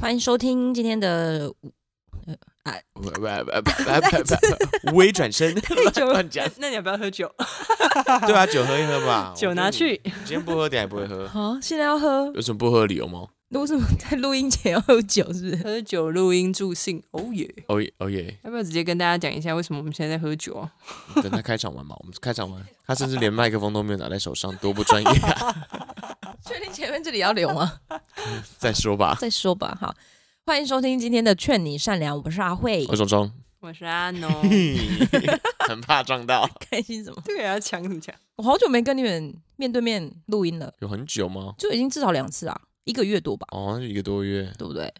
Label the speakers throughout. Speaker 1: 欢迎收听今天的呃啊
Speaker 2: 不不不不不，微转身
Speaker 1: 酒
Speaker 2: 乱讲。
Speaker 1: 那你要不要喝酒？
Speaker 2: 对啊，酒喝一 喝吧。
Speaker 1: 酒拿去。
Speaker 2: 今天不喝点也不会 喝，
Speaker 1: 好、哦现在要喝？
Speaker 2: 有什么不喝的理由吗？
Speaker 1: 为什么在录音前要喝酒？是不 是？
Speaker 3: 喝酒录音助兴，哦耶！
Speaker 2: 哦耶哦耶！
Speaker 3: 要不要直接跟大家讲一下为什么我们现在在喝酒啊？
Speaker 2: 等他开场完嘛，我们开场完，他甚至连麦克风都没有拿在手上，多不专业啊！
Speaker 1: 确定前面这里要留吗？
Speaker 2: 再说 吧，
Speaker 1: 再说吧。好，欢迎收听今天的《劝你善良》，我是阿慧
Speaker 2: 我。总中，
Speaker 3: 我是阿农。
Speaker 2: 嗯很怕撞到。
Speaker 1: 开心什么？
Speaker 3: 对啊，抢什么抢？
Speaker 1: 我好久没跟你们面对面录音了，
Speaker 2: 有很久吗？
Speaker 1: 就已经至少两次啊，一个月多吧，
Speaker 2: 哦，那就一个多月。
Speaker 1: 对不对？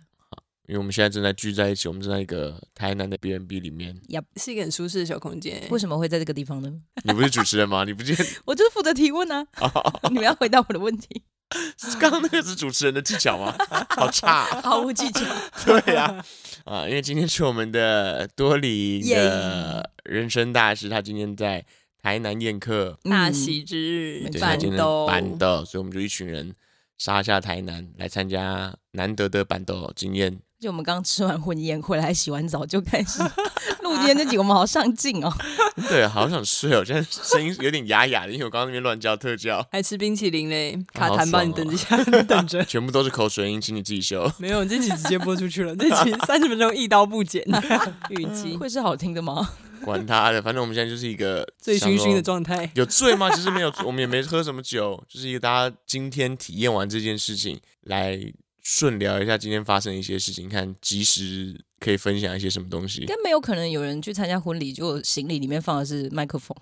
Speaker 2: 因为我们现在正在聚在一起，我们正在一个台南的 B&B 里面。
Speaker 3: 是一个很舒适的小空间。
Speaker 2: 嗯
Speaker 1: 为什么会在这个地方呢？
Speaker 2: 你不是主持人吗？你不见
Speaker 1: 我就是负责提问 啊，你们要回答我的问题，
Speaker 2: 刚刚那个是主持人的技巧 吗？好差啊、
Speaker 1: 毫无技巧。
Speaker 2: 对啊， 啊，因为今天是我们的多里的人生大师，他今天在台南宴客，
Speaker 3: 大喜之日
Speaker 1: 没，
Speaker 2: 对，
Speaker 1: 错
Speaker 2: 他
Speaker 3: 板
Speaker 2: 今天
Speaker 3: 豆
Speaker 2: 板豆，所以我们就一群人杀下台南来参加难得的板豆经验。
Speaker 1: 就我们刚吃完婚宴回来，洗完澡就开始录今天这集，我们好上进哦。
Speaker 2: 对，好想睡哦，现 在声音有点哑哑的，因为我刚刚那边乱叫特叫，
Speaker 3: 还吃冰淇淋嘞，
Speaker 2: 啊
Speaker 3: 卡
Speaker 2: 好
Speaker 3: 痰吧，
Speaker 2: 爽
Speaker 3: 你
Speaker 2: 哦。
Speaker 3: 等一下， 你等着
Speaker 2: 全部都是口水音，请你自己修。
Speaker 3: 没有，这集直接播出去了，这集三十分钟一刀不 剪，嗯虞姬
Speaker 1: 会是好听的吗？
Speaker 2: 管他的，反正我们现在就是一个
Speaker 3: 醉醺醺的状
Speaker 2: 状。
Speaker 3: 态。
Speaker 2: 有醉吗？其实没有，我们也没喝什么酒，就是一个大家今天体验完这件事情，来顺聊一下今天发生的一些事情，看及时可以分享一些什么东 西
Speaker 1: 应。该没有可能有人去参加婚礼，就行李里面放的是麦克风，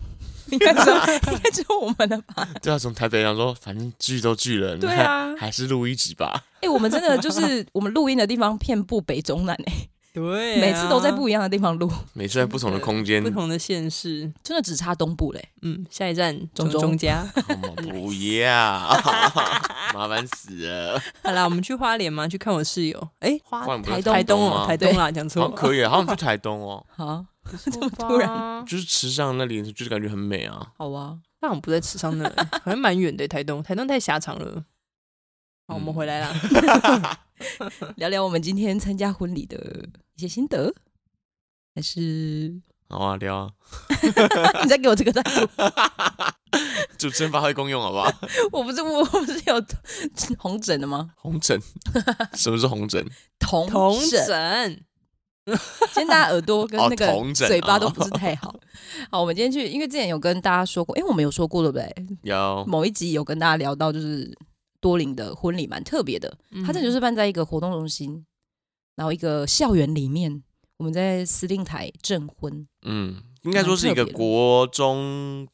Speaker 1: 应该只有应该只有我们了吧？
Speaker 2: 对啊，从台北讲说，反正聚都聚了，
Speaker 1: 对啊
Speaker 2: 那还是录一集吧。
Speaker 1: 哎、我们真的就是我们录音的地方遍布北中南哎、
Speaker 3: 对啊，
Speaker 1: 每次都在不一样的地方录，
Speaker 2: 每次在不同的空 间
Speaker 3: 不，同的县市。
Speaker 1: 真的只差东部嘞、
Speaker 3: 嗯，下一站
Speaker 1: 中
Speaker 3: 中
Speaker 1: 中
Speaker 3: 中家。
Speaker 2: 好嘛不呀，麻烦死了。
Speaker 3: 好啦，我们去花莲吗？去看我室友。哎，花
Speaker 2: 换不是
Speaker 1: 台东
Speaker 3: 台东
Speaker 2: 吗
Speaker 3: 哦，台东啦，讲错
Speaker 2: 好
Speaker 3: 了。
Speaker 2: 可以，好想去台东哦，
Speaker 1: 好，
Speaker 3: 这么
Speaker 1: 突然
Speaker 3: 然？
Speaker 2: 就是池上那里，就是感觉很美啊。
Speaker 1: 好啊，
Speaker 3: 那我们不在池上那，好像蛮远的。台东，台东太狭长了。好，我
Speaker 2: 嗯
Speaker 3: 们回来啦。
Speaker 1: 聊聊我们今天参加婚礼的一些心得，还是
Speaker 2: 好啊，聊啊，
Speaker 1: 你再给我这个态度？
Speaker 2: 主持人发挥功用好不好？
Speaker 1: 我不是我不是有红疹的吗？
Speaker 2: 红疹，什么是红疹？
Speaker 1: 同
Speaker 3: 同
Speaker 1: 枕
Speaker 3: 枕，
Speaker 1: 今天大家耳朵跟那
Speaker 2: 哦同
Speaker 1: 个
Speaker 2: 枕
Speaker 1: 嘴巴都不是太好。 好，我们今天去，因为之前有跟大家说过，因为我们有说过对不对？
Speaker 2: 有
Speaker 1: 某一集有跟大家聊到，就是多林的婚礼蛮特别的，
Speaker 3: 嗯
Speaker 1: 它这就是办在一个活动中心，然后一个校园里面，我们在司令台证婚
Speaker 2: 嗯，应该说是一个
Speaker 1: 蛮特别的
Speaker 2: 国中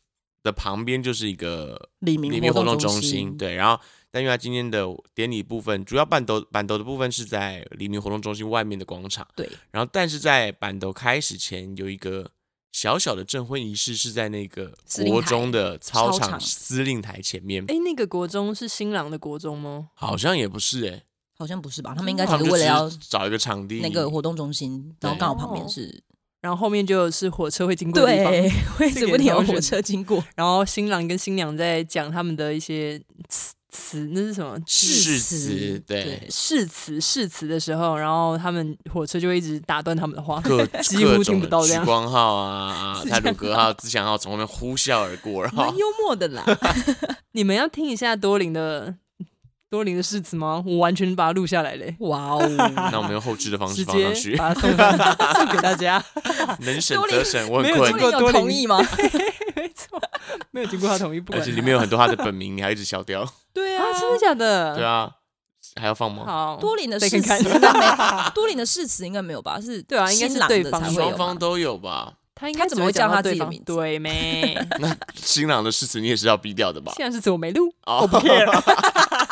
Speaker 2: 的旁边就是一个
Speaker 1: 黎
Speaker 2: 里
Speaker 1: 明
Speaker 2: 面活
Speaker 1: 动
Speaker 2: 动中
Speaker 1: 心，
Speaker 2: 对。然后，但因为它今天的典礼部分，主要板斗板斗的部分是在黎明活动中心外面的广场，
Speaker 1: 对。
Speaker 2: 然后，但是在板斗开始前有一个小小的证婚仪式，是在那个
Speaker 1: 司令台
Speaker 2: 国中的操
Speaker 1: 操
Speaker 2: 场
Speaker 1: 场
Speaker 2: 司令台前面，
Speaker 3: 哎，那个国中是新郎的国中吗？
Speaker 2: 好像也不是哎、
Speaker 1: 好像不是吧？他们应该
Speaker 2: 他
Speaker 1: 只
Speaker 2: 们
Speaker 1: 是
Speaker 2: 就
Speaker 1: 为了要
Speaker 2: 只是找一个场地
Speaker 1: 那个活动中心，然后刚好旁边是
Speaker 3: 然后后面就是火车会经过哦的地
Speaker 1: 对
Speaker 3: 方，，
Speaker 1: 为
Speaker 3: 这
Speaker 1: 什
Speaker 3: 个
Speaker 1: 么
Speaker 3: 也
Speaker 1: 你有
Speaker 3: 蛮好
Speaker 1: 火
Speaker 3: 选
Speaker 1: 车经过？
Speaker 3: 然后新郎跟新娘在讲他们的一些词词，那是什么？
Speaker 2: 誓
Speaker 1: 词
Speaker 2: 词，对，
Speaker 3: 誓词誓词的时候，然后他们火车就会一直打断他们的话。
Speaker 2: 各
Speaker 3: 几
Speaker 2: 各
Speaker 3: 乎
Speaker 2: 种
Speaker 3: 听不到
Speaker 2: 的
Speaker 3: 这
Speaker 2: 徐
Speaker 3: 样
Speaker 2: 光浩 啊、啊
Speaker 1: 自
Speaker 2: 泰
Speaker 1: 强
Speaker 2: 鲁格号、自强号从后面呼啸而过，然后
Speaker 1: 蛮幽默的啦，
Speaker 3: 你们要听一下多林的多林的誓词吗？我完全把它录下来嘞，
Speaker 1: 哇哦！
Speaker 2: 那我们用后置的方式
Speaker 3: 直
Speaker 2: 放上
Speaker 3: 接
Speaker 2: 去，
Speaker 3: 把它送上 送给大家。
Speaker 2: 能省
Speaker 1: 多
Speaker 2: 则
Speaker 1: 林
Speaker 2: 省，我
Speaker 3: 没
Speaker 2: 很
Speaker 3: 有
Speaker 2: 困
Speaker 3: 经
Speaker 2: 扰。
Speaker 3: 过多
Speaker 1: 有同
Speaker 3: 林
Speaker 1: 意吗？
Speaker 3: 没错，没有经过他同意，不
Speaker 2: 而
Speaker 3: 管
Speaker 2: 且里面有很多他的本名，你还一直 消掉。
Speaker 1: 对
Speaker 3: 啊，真的假的？
Speaker 2: 对啊，还要放吗？
Speaker 3: 好，
Speaker 1: 多林的
Speaker 3: 再
Speaker 1: 誓
Speaker 3: 看
Speaker 1: 词
Speaker 3: 看
Speaker 1: 应该没，多林的誓词应该没有吧？是
Speaker 3: 对啊应该是
Speaker 1: 新郎
Speaker 3: 对
Speaker 1: 的
Speaker 3: 方
Speaker 1: 才会有
Speaker 2: 双
Speaker 1: 吧
Speaker 2: 方都有吧？
Speaker 3: 他应该
Speaker 1: 他
Speaker 3: 只
Speaker 1: 怎么会
Speaker 3: 讲
Speaker 1: 叫他
Speaker 3: 到
Speaker 1: 自己
Speaker 3: 对
Speaker 1: 的
Speaker 3: 方
Speaker 1: 名字
Speaker 3: 对没？
Speaker 2: 那新郎的誓词你也是要逼掉的吧？
Speaker 3: 现在是怎么没录？
Speaker 2: 哦，
Speaker 3: 不 care，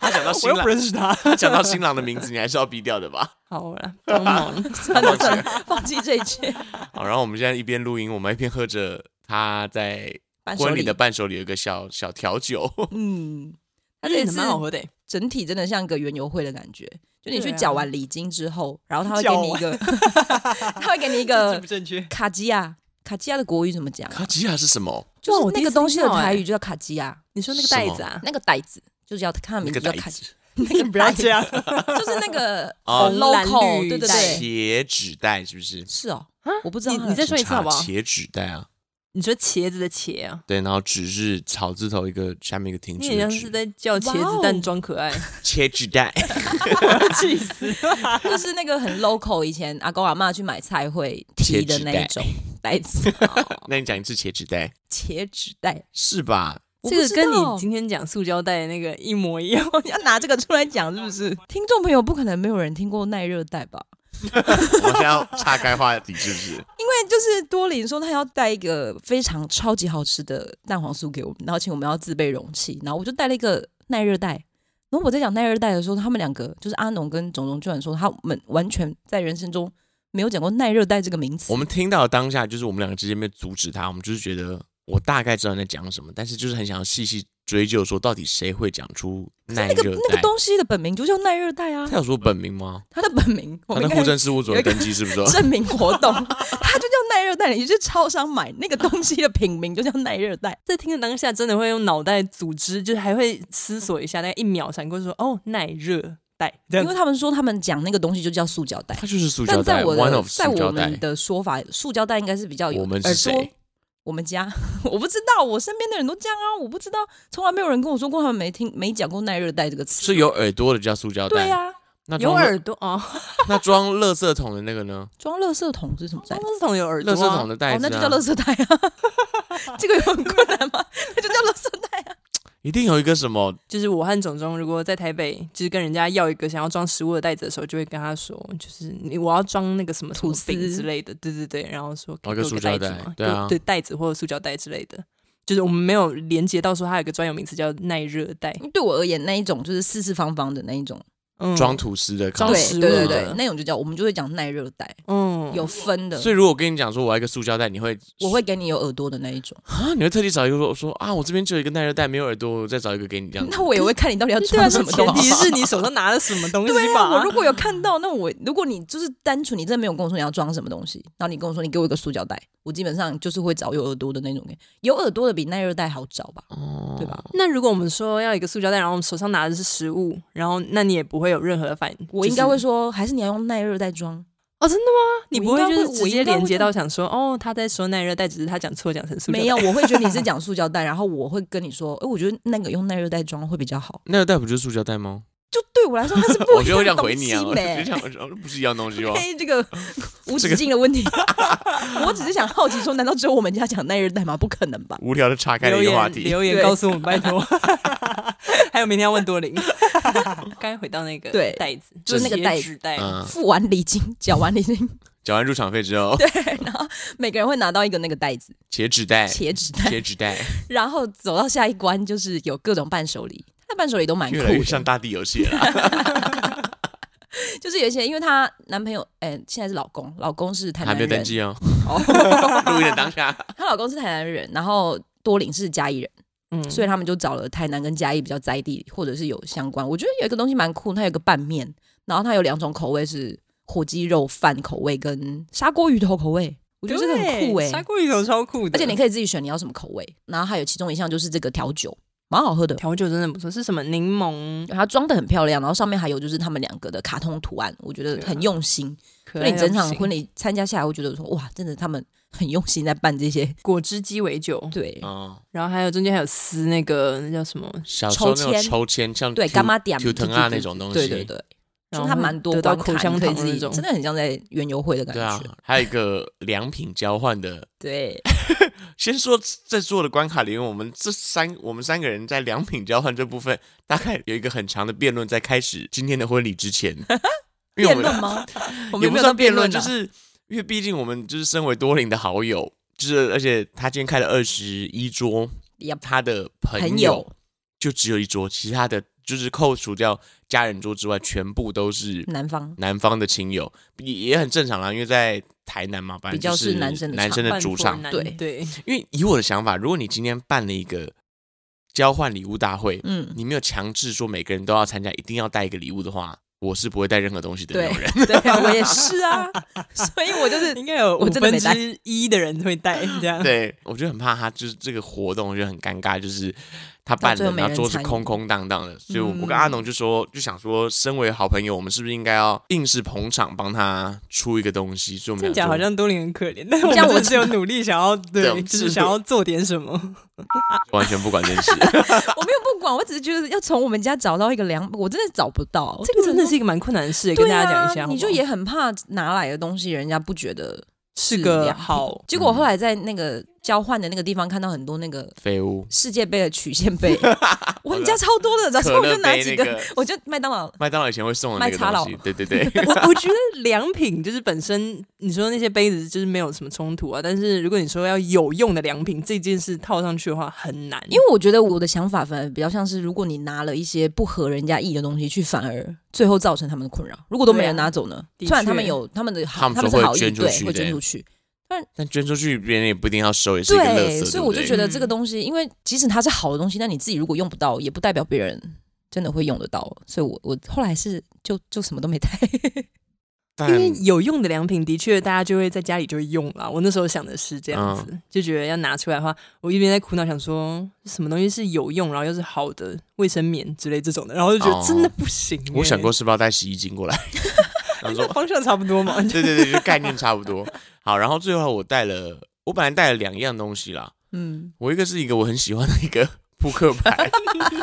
Speaker 2: 他讲到
Speaker 3: 我
Speaker 2: 新
Speaker 3: 又不
Speaker 2: 郎，
Speaker 3: 认识他。
Speaker 2: 他讲到新郎的名字，你还是要逼掉的吧？
Speaker 3: 好了， 帮忙
Speaker 1: 算了算了，放弃这一 切。
Speaker 2: 好，然后我们现在一边录音，我们一边喝着他在
Speaker 1: 伴手
Speaker 2: 婚礼的，伴手礼有一个小小调酒，
Speaker 1: 嗯，他这
Speaker 3: 这
Speaker 1: 次
Speaker 3: 蛮好喝的欸，
Speaker 1: 整体真的像个园游会的感觉，就你去
Speaker 3: 对啊
Speaker 1: 缴完礼金之后，然后他会给你一 个，他会给你一
Speaker 3: 这
Speaker 1: 个
Speaker 3: 不正确。
Speaker 1: 卡基亚，卡基亚的国语怎么讲啊？
Speaker 2: 卡吉亚是什么？
Speaker 1: 就
Speaker 3: 哇
Speaker 1: 是
Speaker 3: 我第
Speaker 1: 那
Speaker 3: 一
Speaker 1: 个
Speaker 3: 次
Speaker 1: 东西的
Speaker 3: 听到欸
Speaker 1: 台语就叫卡基亚，
Speaker 3: 你说那个
Speaker 2: 什
Speaker 3: 袋
Speaker 2: 么
Speaker 3: 子啊？
Speaker 1: 那个袋子就是要看它的
Speaker 2: 那
Speaker 1: 名
Speaker 2: 个
Speaker 1: 字叫
Speaker 2: 袋
Speaker 1: 卡基
Speaker 2: 子，
Speaker 1: 那个
Speaker 3: 不要这样，
Speaker 1: 就是那个
Speaker 2: 哦
Speaker 1: 红
Speaker 3: 蓝
Speaker 1: local，
Speaker 3: 绿
Speaker 1: 对对
Speaker 3: 带
Speaker 1: 对，
Speaker 2: 茄子带是不是？
Speaker 1: 是哦
Speaker 3: 啊，
Speaker 1: 我不知道
Speaker 3: 你
Speaker 1: 它
Speaker 3: 你
Speaker 1: 的
Speaker 3: 再说一
Speaker 2: 是
Speaker 3: 次好不好？
Speaker 2: 茄子带啊，
Speaker 3: 你说茄子的茄啊，
Speaker 2: 对，然后只是草字头一个，下面一个停
Speaker 3: 你
Speaker 2: 止
Speaker 3: 很
Speaker 2: 的
Speaker 3: 像是
Speaker 2: 止，
Speaker 3: 在叫茄
Speaker 1: 哇
Speaker 3: 子
Speaker 1: 哦
Speaker 3: 蛋装可爱，
Speaker 2: 茄子带。
Speaker 3: 气死！
Speaker 1: 就是那个很 local，以前阿公阿妈去买菜会提的那一种袋子，哦
Speaker 2: 那你讲一次茄子带
Speaker 1: 茄纸 袋。
Speaker 2: 是吧？
Speaker 1: 我
Speaker 3: 这
Speaker 1: 不
Speaker 3: 个
Speaker 1: 知
Speaker 3: 跟你
Speaker 1: 道
Speaker 3: 今天讲塑胶袋的那个一模一样。
Speaker 1: 要拿这个出来讲，是不是？听众朋友不可能没有人听过耐热带吧？
Speaker 2: 我现在要岔开话题是不是？
Speaker 1: 因为就是多林说他要带一个非常超级好吃的蛋黄酥给我们，然后请我们要自备容器，然后我就带了一个耐热袋。然后我在讲耐热袋的时候，他们两个就是阿农跟种种居然说他们完全在人生中没有讲过耐热带这个名词。
Speaker 2: 我们听到当下就是我们两个之间没有阻止他，我们就是觉得我大概知道你在讲什么，但是就是很想要细细追究说到底谁会讲出耐
Speaker 1: 那个
Speaker 2: 热
Speaker 1: 那
Speaker 2: 带
Speaker 1: 个。东西的本名就叫耐热带 啊，
Speaker 2: 他有说本名吗？
Speaker 1: 它的本名我
Speaker 2: 他
Speaker 1: 们
Speaker 2: 在
Speaker 1: 应
Speaker 2: 户
Speaker 1: 该啊
Speaker 2: 政事务所有登记是不是？
Speaker 1: 证明活动，它就叫耐热带。你去超商买那个东西的品名就叫耐热 带。
Speaker 3: 在听的当下，真的会用脑袋组织，就是还会思索一下，大概一秒闪过说：“哦，耐热带。”这
Speaker 1: 因
Speaker 3: 样
Speaker 1: 为
Speaker 3: 子，
Speaker 1: 他们说他们讲那个东西就叫塑胶袋
Speaker 2: 他，就是塑胶
Speaker 1: 但
Speaker 2: 袋
Speaker 1: 在我
Speaker 2: ，one
Speaker 1: 的
Speaker 2: of
Speaker 1: 在
Speaker 2: 塑
Speaker 1: 我
Speaker 2: 胶袋
Speaker 1: 们。的说法，塑胶袋应该是比较有
Speaker 2: 我们
Speaker 1: 耳
Speaker 2: 是
Speaker 1: 朵
Speaker 2: 谁。？
Speaker 1: 我们家 我不知道，我身边的人都这样啊，我不知道，从来没有人跟我说过他们没听没讲过耐热带这个词。
Speaker 2: 是有耳朵的叫塑胶袋。
Speaker 1: 对呀、啊，
Speaker 2: 那
Speaker 3: 有
Speaker 2: 装
Speaker 3: 耳朵 哦，
Speaker 2: 那装垃圾桶的那个呢？
Speaker 1: 装垃圾桶是什么袋
Speaker 3: 垃
Speaker 1: 子？
Speaker 3: 圾桶有耳朵、
Speaker 2: 垃
Speaker 3: 啊，
Speaker 2: 圾桶的袋
Speaker 1: 哦，
Speaker 2: 子、啊
Speaker 1: 那就叫垃圾袋啊， 这个有很困难 吗？那就叫垃圾袋啊。
Speaker 2: 一定有一个什么
Speaker 3: 就是我和种种，如果在台北，就是跟人家要一个想要装食物的袋子的时候，就会跟他说，就是你我要装那个什么
Speaker 1: 吐司
Speaker 3: 什么饼之类的，对对对，然后说给
Speaker 2: 哦一个
Speaker 3: 我
Speaker 2: 塑
Speaker 3: 袋
Speaker 2: 胶袋
Speaker 3: 子嘛，
Speaker 2: 对啊
Speaker 3: 对袋子或者塑胶袋之类的，就是我们没有连接到说它有一个专有名词叫耐热袋，
Speaker 1: 对我而言，那一种就是四四方方的那一种，
Speaker 3: 嗯，
Speaker 2: 装吐司的
Speaker 3: 装
Speaker 2: 烤
Speaker 1: 对
Speaker 3: 食
Speaker 2: 箱
Speaker 3: 物
Speaker 1: 对对
Speaker 3: 的
Speaker 1: 对，那种就叫我们就会讲耐热带，
Speaker 3: 嗯
Speaker 1: 有分的。
Speaker 2: 所以如果我跟你讲说我要一个塑胶袋，你会
Speaker 1: 我会给你有耳朵的那一种，
Speaker 2: 啊，你会特地找一个说说啊，我这边就有一个耐热袋，没有耳朵，我再找一个给你这样 子
Speaker 1: 那。我也会看你到底要
Speaker 3: 对啊，
Speaker 1: 装什
Speaker 3: 那
Speaker 1: 么
Speaker 3: 前
Speaker 1: 东
Speaker 3: 提
Speaker 1: 西。
Speaker 3: 是 你手上拿了什么东西
Speaker 1: 对
Speaker 3: 吧？
Speaker 1: 啊，我如果有看到，那我如果你就是单纯你真的没有跟我说你要装什么东西，然后你跟我说你给我一个塑胶袋，我基本上就是会找有耳朵的那种给，有耳朵的比耐热带好找吧，
Speaker 2: 哦
Speaker 1: 对吧？
Speaker 3: 那如果我们说要一个塑胶袋，然后我们手上拿的是食物，然后那你也不会有任何的反应，
Speaker 1: 我应该
Speaker 3: 就是
Speaker 1: 会说，还是你要用耐热袋装，
Speaker 3: 哦，真的吗？你不
Speaker 1: 我应该
Speaker 3: 就是
Speaker 1: 会
Speaker 3: 直
Speaker 1: 我
Speaker 3: 接
Speaker 1: 应该会
Speaker 3: 连接到想说，哦，他在说耐热带，只是他讲错，讲成塑胶
Speaker 1: 没
Speaker 3: 袋。
Speaker 1: 有，我会 觉得你是讲塑胶袋，然后我会跟你说，哎，我觉得那个用耐热袋装会比较好，
Speaker 2: 耐热袋不就是塑胶袋吗？
Speaker 1: 就对我来说它 是
Speaker 2: 我
Speaker 1: 不一
Speaker 2: 就会
Speaker 1: 样
Speaker 2: 这样
Speaker 1: 的
Speaker 2: 回
Speaker 1: 东
Speaker 2: 你
Speaker 1: 西
Speaker 2: 啊，我就
Speaker 1: 呢
Speaker 2: 这。样说不是一样东西 哦吗？
Speaker 1: 嘿，这个无止境的问题， 我只是想好奇说，难道只有我们家讲耐热带吗？不可能吧？
Speaker 2: 无聊的岔开了
Speaker 3: 留
Speaker 2: 一个话
Speaker 3: 言
Speaker 2: 题。
Speaker 3: 留言
Speaker 1: 对
Speaker 3: 告 诉我们，拜托。 还有明天要问多林。 刚才回到那个
Speaker 1: 对
Speaker 3: 袋子，
Speaker 1: 就是那个
Speaker 3: 鞋
Speaker 1: 袋
Speaker 3: 纸袋，
Speaker 2: 嗯，
Speaker 1: 付完礼金，缴完礼金，
Speaker 2: 缴完入场费之后，
Speaker 1: 每个人会拿到一个那个袋子，
Speaker 2: 茄纸袋，
Speaker 1: 茄纸袋，
Speaker 2: 茄纸 袋，
Speaker 1: 然后走到下一关就是有各种伴手礼，他的伴手礼都蛮酷
Speaker 2: 越来越
Speaker 1: 的，
Speaker 2: 像大地游戏 了。
Speaker 1: 就是有一些，因为她男朋友，哎、现在是老公，老公是台
Speaker 2: 还
Speaker 1: 南
Speaker 2: 没有
Speaker 1: 人，
Speaker 2: 登记哦，
Speaker 1: 哦，
Speaker 2: 录音的当下。
Speaker 1: 她老公是台南人，然后多林是嘉义人，
Speaker 3: 嗯，
Speaker 1: 所
Speaker 3: 以
Speaker 1: 以他们就找了台南跟嘉义比较在地或者是有相关。我觉得有一个东西蛮酷，它有个拌面，然后它有两种口味是火鸡肉饭口味跟砂锅鱼头口味，
Speaker 3: 我
Speaker 1: 我觉得这个很酷哎、
Speaker 3: 砂锅鱼头超酷的，
Speaker 1: 而且你可以自己选你要什么口味，然后还有其中一项就是这个调酒，蛮好喝的。
Speaker 3: 调酒真的不错，是什么柠檬？
Speaker 1: 它装的很漂亮，然后上面还有就是他们两个的卡通图案，我觉
Speaker 3: 啊
Speaker 1: 得很用心。
Speaker 3: 可
Speaker 1: 所
Speaker 3: 爱
Speaker 1: 以你整场
Speaker 3: 到不行
Speaker 1: 婚礼参加下来，我觉得说哇，真的他们很用心在办这些。
Speaker 3: 果汁鸡尾酒，
Speaker 1: 对、
Speaker 2: 哦，
Speaker 3: 然后还有中间还有撕那个那叫什么？
Speaker 2: 小时候那种
Speaker 1: 抽签
Speaker 2: 抽签，像
Speaker 1: 对，干妈点
Speaker 2: 就藤啊那种东西，
Speaker 1: 对对对，
Speaker 3: 然
Speaker 1: 就
Speaker 3: 后
Speaker 1: 它蛮多
Speaker 3: 得到
Speaker 1: 关
Speaker 3: 口
Speaker 1: 卡，
Speaker 3: 香
Speaker 1: 你可
Speaker 3: 糖
Speaker 1: 以自
Speaker 3: 那
Speaker 1: 己
Speaker 3: 种
Speaker 1: 真，的很像在园游会的感
Speaker 2: 对啊
Speaker 1: 觉。，
Speaker 2: 还有一个良品交换的。
Speaker 1: 对，
Speaker 2: 先说在座的关卡里面，我们这三我们三个人在良品交换这部分，大概有一个很长的辩论在开始今天的婚礼之 前。因为 我
Speaker 1: 辩
Speaker 2: 们
Speaker 1: 论吗？我们
Speaker 2: 也
Speaker 1: 有没有
Speaker 2: 不算
Speaker 1: 到
Speaker 2: 辩
Speaker 1: 论
Speaker 2: 论，
Speaker 1: 啊，
Speaker 2: 就是因为毕竟我们就是身为多林的好友，就是而且他今天开了二十一桌，
Speaker 1: Yep
Speaker 2: 他的朋
Speaker 1: 朋
Speaker 2: 友
Speaker 1: 友
Speaker 2: 就只有一桌，其他的就是扣除掉家人桌之外，全部都是
Speaker 1: 南方
Speaker 2: 男方的亲友，也也很正常啦，因为在台南嘛，反正
Speaker 1: 比较
Speaker 2: 就是
Speaker 1: 男生的
Speaker 2: 男
Speaker 1: 场
Speaker 2: 生的
Speaker 3: 半
Speaker 2: 主
Speaker 3: 佛
Speaker 2: 场。
Speaker 3: 男
Speaker 1: 对
Speaker 3: 对，
Speaker 2: 因为以我的想法，如果你今天办了一个交换礼物大会，
Speaker 1: 嗯，
Speaker 2: 你没有强制说每个人都要参加，一定要带一个礼物的话，我是不会带任何东西的那
Speaker 1: 对
Speaker 2: 种人。
Speaker 1: 对，我也是啊，所以我就是
Speaker 3: 应该有
Speaker 1: 我
Speaker 3: 五
Speaker 1: 真的
Speaker 3: 分
Speaker 1: 没带
Speaker 3: 之一的人会带这样。
Speaker 2: 对，我就很怕他就是这个活动，我觉得很尴尬，就是他办
Speaker 1: 最
Speaker 2: 的，
Speaker 1: 后没
Speaker 2: 然后
Speaker 1: 人
Speaker 2: 桌子
Speaker 1: 参与嗯
Speaker 2: 空空荡荡的，所以我我跟阿农就说，就想说，身为好朋友，我们是不是应该要硬是捧场帮他出一个东西？所以我们
Speaker 3: 这样讲
Speaker 2: 俩就
Speaker 3: 好像东林很可怜，但是我
Speaker 1: 这样
Speaker 3: 们
Speaker 1: 我
Speaker 3: 只有努力想要，
Speaker 2: 对我
Speaker 3: 对，
Speaker 2: 们
Speaker 3: 就
Speaker 2: 只
Speaker 3: 是
Speaker 2: 是
Speaker 3: 想要做点什么。
Speaker 2: 完全不管这件事。
Speaker 1: 我没有不管，我只是觉得要从我们家找到一个良，我真的找不到。
Speaker 3: 这哦个真的是一个蛮困难的事，跟
Speaker 1: 对
Speaker 3: 大
Speaker 1: 啊，
Speaker 3: 家讲一下，
Speaker 1: 你
Speaker 3: 好
Speaker 1: 就
Speaker 3: 不好
Speaker 1: 也很怕拿来的东西，人家不觉得。
Speaker 3: 是
Speaker 1: 是
Speaker 3: 个
Speaker 1: 良品
Speaker 3: 好，
Speaker 1: 结果我后来在那个交换的那个地方看到很多那个
Speaker 2: 废物，
Speaker 1: 世界杯的曲线杯，我们家超多的，早上
Speaker 2: 可
Speaker 1: 我就
Speaker 2: 乐
Speaker 1: 拿
Speaker 2: 杯
Speaker 1: 几个，
Speaker 2: 那个，
Speaker 1: 我就麦当劳
Speaker 2: 麦当劳以前会送的那个
Speaker 1: 麦茶佬
Speaker 2: 东西，对对对，
Speaker 3: 我我觉得良品就是本身，你说那些杯子就是没有什么冲突啊，但是如果你说要有用的良品这件事套上去的话，很难，
Speaker 1: 因为我觉得我的想法反而比较像是，如果你拿了一些不合人家意的东西去，反而最后造成他们的困扰。如果都没人拿走呢？
Speaker 3: 对啊的确
Speaker 1: 虽然他们有他们的好，
Speaker 2: 他
Speaker 1: 他
Speaker 2: 们
Speaker 1: 们
Speaker 2: 说
Speaker 1: 是好
Speaker 2: 会
Speaker 1: 意，
Speaker 2: 捐出去
Speaker 1: 对，会
Speaker 2: 对
Speaker 1: 捐出去。
Speaker 2: 但捐出去别人也不一定要收，也是一个乐
Speaker 1: 对，
Speaker 2: 色。
Speaker 1: 所以我
Speaker 2: 对
Speaker 1: 就
Speaker 2: 不对
Speaker 1: 觉得这个东西，因为即使它是好的东西，但你自己如果用不到，也不代表别人真的会用得到。所以我我后来是就就什么都没带。
Speaker 2: 但
Speaker 3: 因为有用的良品的确大家就会在家里就会用啦。我那时候想的是这样子，就觉得要拿出来的话，我一边在苦恼想说什么东西是有用，然后又是好的卫生棉之类这种的，然后就觉
Speaker 2: 哦
Speaker 3: 得真的不行欸、
Speaker 2: 我想过是不是要带洗衣 精过来，然后说
Speaker 3: 方向差不多 嘛，就
Speaker 2: 对对对，就概念差不多。好，然后最后我带了，我本来带了两样东西啦，
Speaker 1: 嗯，
Speaker 2: 我一个是一个我很喜欢的一个扑克牌，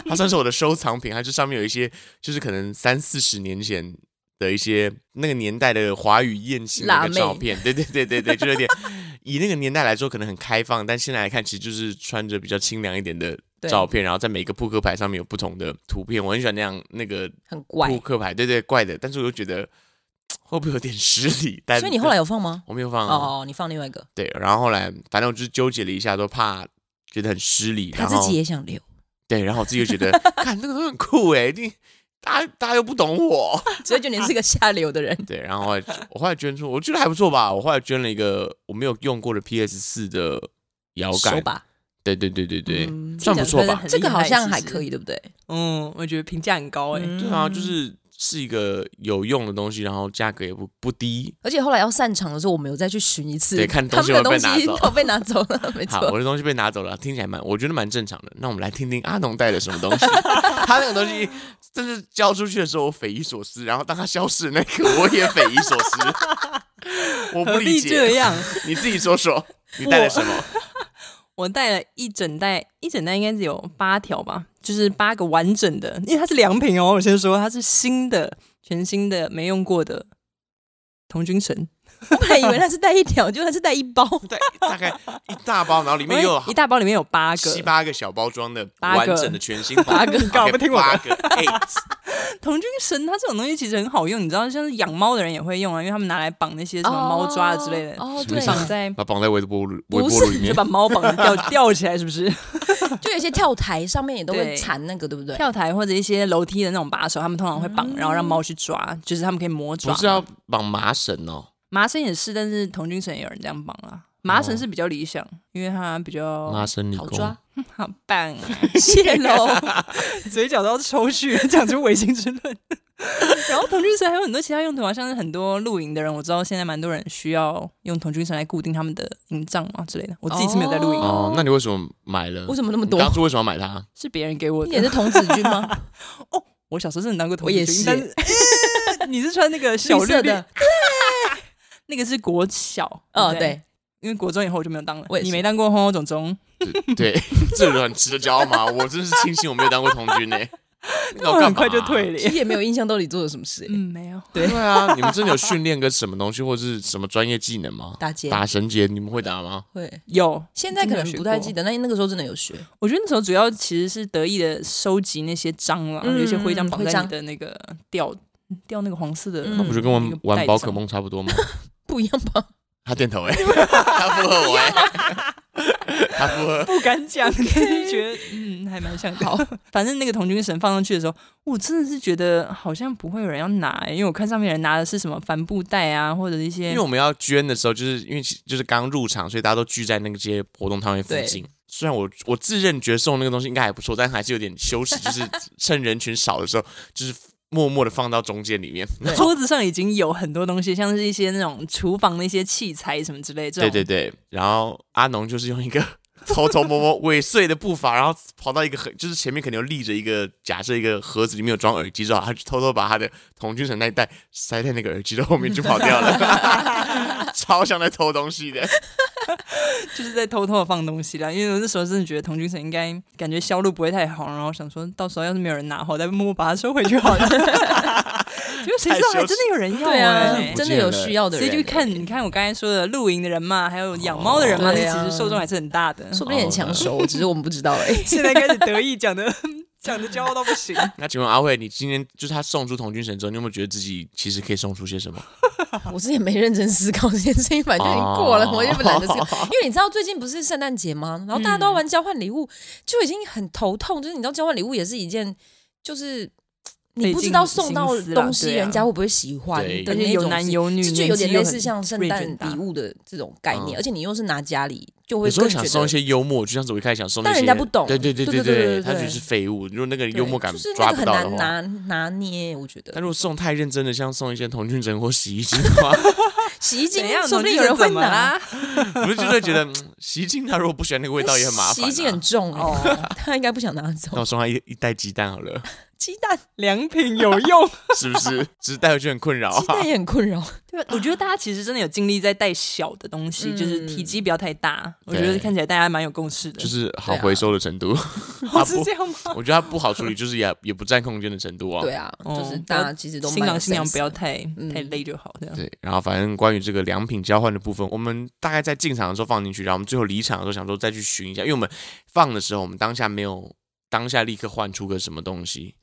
Speaker 2: 它算是我的收藏品，它这上面有一些就是可能三四十年前的一些那个年代的华语艳星的
Speaker 1: 辣
Speaker 2: 一个照
Speaker 1: 妹
Speaker 2: 片，对对对对对，就有点 以那个年代来说可能很开放，但现在来看其实就是穿着比较清凉一点的。
Speaker 1: 对
Speaker 2: 照片，然后在每个扑克牌上面有不同的图片，我很喜欢那样那个
Speaker 1: 很
Speaker 2: 扑
Speaker 1: 怪。
Speaker 2: 克牌，对对怪的，但是我又觉得 会不会有点失礼？但
Speaker 1: 所以你后来有放吗？
Speaker 2: 我没有放、
Speaker 1: 哦哦，你放另外一个，
Speaker 2: 对，然后后来反正我就是纠结了一下，都怕觉得很失礼，
Speaker 1: 他
Speaker 2: 然
Speaker 1: 自
Speaker 2: 后
Speaker 1: 己也想留。
Speaker 2: 对，然后我自己又觉得， 看那个都很酷哎，你大家大家又不懂我，
Speaker 1: 所以就你是个下流的人。
Speaker 2: 对，然后后来我后来捐出，我觉得还不错吧，我后来捐了一个我没有用过的 PS 四的摇
Speaker 1: 手
Speaker 2: 杆，
Speaker 1: 把，
Speaker 2: 对对对对对，
Speaker 3: 嗯
Speaker 2: 算不错吧
Speaker 1: 这个好像还
Speaker 3: 以。
Speaker 1: 可以，对不对？
Speaker 3: 嗯，我觉得评价很高哎、
Speaker 2: 对啊，就是是一个有用的东西，然后价格也不不低。
Speaker 1: 而且后来要散场的时候，我们有再去寻一次，
Speaker 2: 对看
Speaker 1: 他
Speaker 2: 东西
Speaker 1: 们的
Speaker 2: 有没
Speaker 1: 东
Speaker 2: 有被
Speaker 1: 西
Speaker 2: 拿
Speaker 1: 都
Speaker 2: 走
Speaker 1: 被拿走 了，没
Speaker 2: 好，
Speaker 1: 错。
Speaker 2: 我的东西被拿走了，听起来蛮，我觉得蛮正常的。那我们来听听阿农带了什么东西。 他那个东西，真是交出去的时候我匪夷所思，然后当他消失的那刻，我也匪夷所思。我不
Speaker 3: 何
Speaker 2: 理
Speaker 3: 必
Speaker 2: 解
Speaker 3: 这，样？
Speaker 2: 你自己说说，你带了什么？
Speaker 3: 我带了一整袋，一整袋应该只有八条吧，就是八个完整的，因为它是良品哦。我先说它是新的，全新的，没用过的童军绳，
Speaker 1: 我本来以为他是带一条，结果他是带一 包。
Speaker 2: 带 大概一大包，然后里面又
Speaker 3: 因为 一大包里面有八个
Speaker 2: 七八个小包装的
Speaker 3: 八
Speaker 2: 完
Speaker 3: 个
Speaker 2: 整的全新
Speaker 3: 八个
Speaker 2: OK，
Speaker 3: 你干嘛不听我的
Speaker 2: 八个 eight，
Speaker 3: 童军绳，它这种东西其实很好用，你知道，像是养猫的人也会用啊，因为他们拿来绑那些什么猫抓之类的，
Speaker 1: 哦，
Speaker 2: 什么
Speaker 1: 对
Speaker 2: 意，
Speaker 3: 绑在。
Speaker 2: 把绑在微波炉微
Speaker 3: 不
Speaker 2: 波炉里
Speaker 3: 是，就
Speaker 2: 面。
Speaker 3: 把猫绑吊吊起来，是不是？
Speaker 1: 就有一些跳台上面也都会
Speaker 3: 对
Speaker 1: 缠那个， 对不嗯对？
Speaker 3: 跳台或者一些楼梯的那种把手，他们通常会绑，然后让猫去抓，就是他们可以磨爪
Speaker 2: 不
Speaker 3: 嘛。
Speaker 2: 是要绑麻绳哦，
Speaker 3: 麻绳也是，但是童军绳也有人这样绑啦。麻绳是比较理想，因为它比较
Speaker 2: 麻绳理
Speaker 1: 好
Speaker 2: 工。
Speaker 1: 抓，
Speaker 3: 好棒、啊，
Speaker 1: 谢喽。
Speaker 3: 嘴角都要抽去，讲出违心之论。 然后童军绳还有很多其他用途啊，像是很多露营的人，我知道现在蛮多人需要用童军绳来固定他们的营帐嘛之类的。我自己是没有在露营，
Speaker 2: 哦，那你为什么买了？
Speaker 1: 为什么那么多
Speaker 2: 嗯你当初为什么要买它？
Speaker 3: 是别人给我
Speaker 1: 你也
Speaker 3: 的。
Speaker 1: 是童子军吗？
Speaker 3: 我小时候真的当过童
Speaker 1: 我也
Speaker 3: 军，
Speaker 1: 是
Speaker 3: 但是、你是穿那个小
Speaker 1: 绿
Speaker 3: 绿
Speaker 1: 色
Speaker 3: 绿
Speaker 1: 的，
Speaker 3: 那个是国小，
Speaker 1: 哦，
Speaker 3: 不
Speaker 1: 对，
Speaker 3: 因为国中以后我就没有当了
Speaker 1: 我。也是
Speaker 3: 你没当过轰轰总总，
Speaker 2: 对，这很值得骄傲吗？我真是庆幸我没有当过童 军呢、那
Speaker 3: 我很快就退
Speaker 2: 了。
Speaker 3: 了
Speaker 1: 其
Speaker 3: 耶。
Speaker 1: 实也没有印象到底做了什么事。欸
Speaker 3: 嗯，没有。
Speaker 2: 对啊，你们真的有训练个什么东西或者是什么专业技能吗？
Speaker 1: 打劫
Speaker 2: 打绳结，你们会打吗？
Speaker 1: 会，
Speaker 3: 有，
Speaker 1: 现在可能不太记
Speaker 3: 得。
Speaker 1: 得，那那个时候真的有学。
Speaker 3: 我觉得那时候主要其实是得意的收集那些章啦，
Speaker 1: 嗯
Speaker 3: 有一些徽章绑
Speaker 1: 徽
Speaker 3: 在
Speaker 1: 章
Speaker 3: 你的那个吊吊那个黄色的，
Speaker 1: 嗯
Speaker 2: 那不就跟我
Speaker 3: 那
Speaker 2: 们
Speaker 3: 个
Speaker 2: 玩
Speaker 3: 袋子
Speaker 2: 宝可
Speaker 3: 上？
Speaker 2: 梦差不多吗？
Speaker 1: 不一样吧？
Speaker 2: 他点 头哎、他附和我哎、 他附和。
Speaker 3: 不敢讲，但是 觉得嗯还蛮像的。 好，反正那个童军绳放上去的时候，我真的是觉得好像不会有人要拿、欸，因为我看上面人拿的是什么帆布袋啊，或者一
Speaker 2: 因
Speaker 3: 些
Speaker 2: 为我们要捐的时候，就是因为其就是刚入场，所以大家都聚在那个些活动摊位附近。虽然我我自认觉得送那个东西应该还不错，但还是有点羞耻，就是趁人群少的时候，就是默默的放到中间里面。
Speaker 3: 桌子上已经有很多东西，像是一些那种厨房的一些器材什么之类，这
Speaker 2: 对
Speaker 3: 种
Speaker 2: 对对，然后阿农就是用一个 偷偷 摸摸尾碎的步伐，然后跑到一个很就是前面可能有立着一个假设一个盒子里面有装耳机之后，他就偷偷把他的童军绳那一带塞在那个耳机的后面就跑掉 了，超像在偷东西的。
Speaker 3: 就是在偷偷的放东西啦。因为我那时候真的觉得童军绳应该感觉销路不会太好，然后想说到时候要是没有人拿好，再默默把它收回去 好了。结果谁知道还真的有人要
Speaker 1: 对啊
Speaker 3: 哎、，
Speaker 1: 真的有需要的
Speaker 3: 所以
Speaker 1: 人，欸
Speaker 3: 就看你看我刚才说的露营的人嘛，还有养猫的人嘛，那
Speaker 1: 哦对
Speaker 3: 其
Speaker 1: 啊
Speaker 3: 实受众还是很大的。
Speaker 1: 说不
Speaker 2: 哦
Speaker 1: 定很抢手，只是我们不知道 哎。
Speaker 3: 现在开始得 意讲的讲的骄傲到不 行。
Speaker 2: 那请问阿慧，你今天就是他送出童军绳之后，你有没有觉得自己其实可以送出些什么？
Speaker 1: 我是也没认真思考这件事情，反正就已经过了，
Speaker 2: 哦
Speaker 1: 我也不懒得思考。 因为你知道最近不是圣诞节吗？然后大家都
Speaker 2: 嗯
Speaker 1: 要玩交换礼物，就已经很头痛。就是你知道交换礼物也是一件，就是你不知道送到
Speaker 3: 心思啦
Speaker 1: 东西
Speaker 3: 对啊
Speaker 1: 人家会不会喜欢
Speaker 2: 对
Speaker 1: 的
Speaker 3: 而且
Speaker 1: 那
Speaker 3: 有
Speaker 1: 种
Speaker 3: 男
Speaker 1: 事
Speaker 3: 有女，
Speaker 1: 这就
Speaker 3: 年
Speaker 1: 有
Speaker 3: 纪
Speaker 1: 点
Speaker 3: 又
Speaker 1: 类
Speaker 3: 很
Speaker 1: 似像圣
Speaker 3: range
Speaker 1: 诞
Speaker 3: 很大
Speaker 1: 礼物的这种概念，
Speaker 2: 嗯
Speaker 1: 而且你又是拿家里，就
Speaker 2: 有
Speaker 1: 会
Speaker 2: 时候
Speaker 1: 更
Speaker 2: 想
Speaker 1: 觉
Speaker 2: 送一
Speaker 1: 得。
Speaker 2: 些幽默，就像是我一开始想送那些，
Speaker 1: 但人家不懂
Speaker 2: 对对对对
Speaker 1: 对对对对
Speaker 2: 他觉得是废物。如果那个幽默感
Speaker 1: 对就是
Speaker 2: 抓
Speaker 1: 那个
Speaker 2: 不
Speaker 1: 很
Speaker 2: 到的
Speaker 1: 难
Speaker 2: 话，
Speaker 1: 拿拿捏，我觉
Speaker 2: 但
Speaker 1: 得
Speaker 2: 如果送太认真的，像送一些童俊绳或洗衣机的话，
Speaker 1: 洗衣机
Speaker 3: 怎样？
Speaker 1: 说不定
Speaker 3: 农
Speaker 1: 有
Speaker 3: 具
Speaker 1: 人会
Speaker 3: 怎么
Speaker 1: 拿，
Speaker 3: 啦？
Speaker 2: 不是就会觉得嗯洗衣精它如果不喜欢那个味道也很麻烦、啊。
Speaker 1: 洗衣机很重哦，
Speaker 3: 哦，
Speaker 1: 他应该不想拿
Speaker 2: 那
Speaker 1: 走
Speaker 2: 我送他一一袋鸡蛋好了，
Speaker 1: 鸡蛋。
Speaker 3: 良品有用。
Speaker 2: 是不是？只是带回去很困扰
Speaker 1: 鸡
Speaker 2: 啊。
Speaker 1: 蛋也很困扰。
Speaker 3: 对吧，我觉得大家其实真的有尽力在带小的东西，
Speaker 1: 嗯
Speaker 3: 就是体积不要太大。我
Speaker 2: 对
Speaker 3: 觉得看起来大家蛮有共识的，
Speaker 2: 就是好回收的程度， 它
Speaker 3: 哦是
Speaker 2: 不
Speaker 3: 这，样吗？
Speaker 2: 我觉得它不好处理，就是也也不占空间的程度啊。
Speaker 1: 对啊，就是
Speaker 3: 哦
Speaker 1: 大家其实都蛮
Speaker 3: 新
Speaker 1: 有
Speaker 3: 郎新娘
Speaker 1: sense
Speaker 3: 不 要太
Speaker 1: 嗯
Speaker 3: 太累就好，这样。
Speaker 2: 对，然后反正关于这个良品交换的部分，我们大概在进场的时候放进去，然后我们最后离场的时候想说再去寻一下，因为我们放的时候我们当下没有当下立刻换出个什么东西，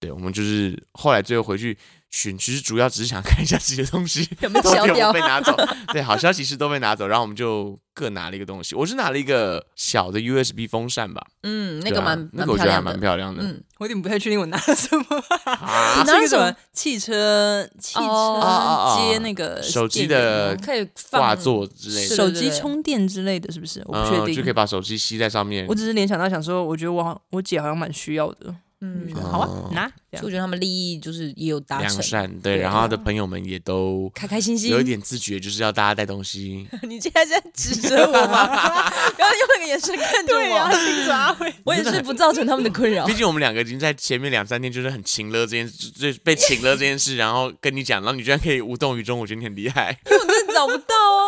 Speaker 2: 对，我们就是后来最后回去寻，其实主要只是想看一下自己的东西
Speaker 1: 有 没有
Speaker 2: 到底
Speaker 1: 消
Speaker 2: 有没
Speaker 1: 掉
Speaker 2: 有被？拿走，对，好消息是都被拿走，然后我们就各拿了一个东西，我是拿了一个小的 USB 风扇吧，
Speaker 1: 嗯，那
Speaker 2: 那
Speaker 1: 个蛮
Speaker 2: 啊那
Speaker 1: 蛮
Speaker 2: 个我
Speaker 1: 漂
Speaker 2: 觉得还
Speaker 1: 亮
Speaker 2: 蛮
Speaker 1: 的，
Speaker 2: 漂亮的，
Speaker 1: 嗯，
Speaker 3: 我有点不太确定我拿了什么，
Speaker 2: 啊
Speaker 1: 你
Speaker 3: 是
Speaker 1: 拿
Speaker 3: 一个
Speaker 1: 了什
Speaker 3: 什
Speaker 1: 么
Speaker 3: 么汽车汽
Speaker 1: 哦哦
Speaker 2: 哦
Speaker 3: 车
Speaker 2: 哦
Speaker 3: 接那个
Speaker 2: 手机
Speaker 3: 电源
Speaker 2: 的
Speaker 3: 吗
Speaker 1: 可以
Speaker 2: 挂
Speaker 1: 放
Speaker 2: 座之类的
Speaker 1: 是。
Speaker 3: 手机充电之类的，是不是？我不确
Speaker 2: 嗯，
Speaker 3: 定，
Speaker 2: 就可以把手机吸在上面
Speaker 3: 我。只是联想到想说，我觉得我好，我姐好像蛮需要的，
Speaker 1: 嗯，
Speaker 3: 嗯，
Speaker 1: 所
Speaker 3: 好
Speaker 2: 哦
Speaker 3: 啊，拿。这
Speaker 1: 以
Speaker 3: 样
Speaker 1: 我觉得他们利益就是也有达
Speaker 2: 良
Speaker 1: 成，
Speaker 2: 善，对，
Speaker 1: 对啊
Speaker 2: 然后他的朋友们也都
Speaker 1: 开开心心。
Speaker 2: 有一点自觉，就是要大家带东西。
Speaker 1: 你现在在指责我吗？ 刚刚用那个眼神看着
Speaker 3: 对啊，
Speaker 1: 我，
Speaker 3: 盯着阿慧，
Speaker 1: 我也是不造成他们的困扰
Speaker 2: 毕。竟我们两个已经在前面两三天就是很情了这件事，就是被情了这件事，然后跟你讲，然后你居然可以无动于衷，我觉得你很厉害。
Speaker 1: 我真的找不到啊！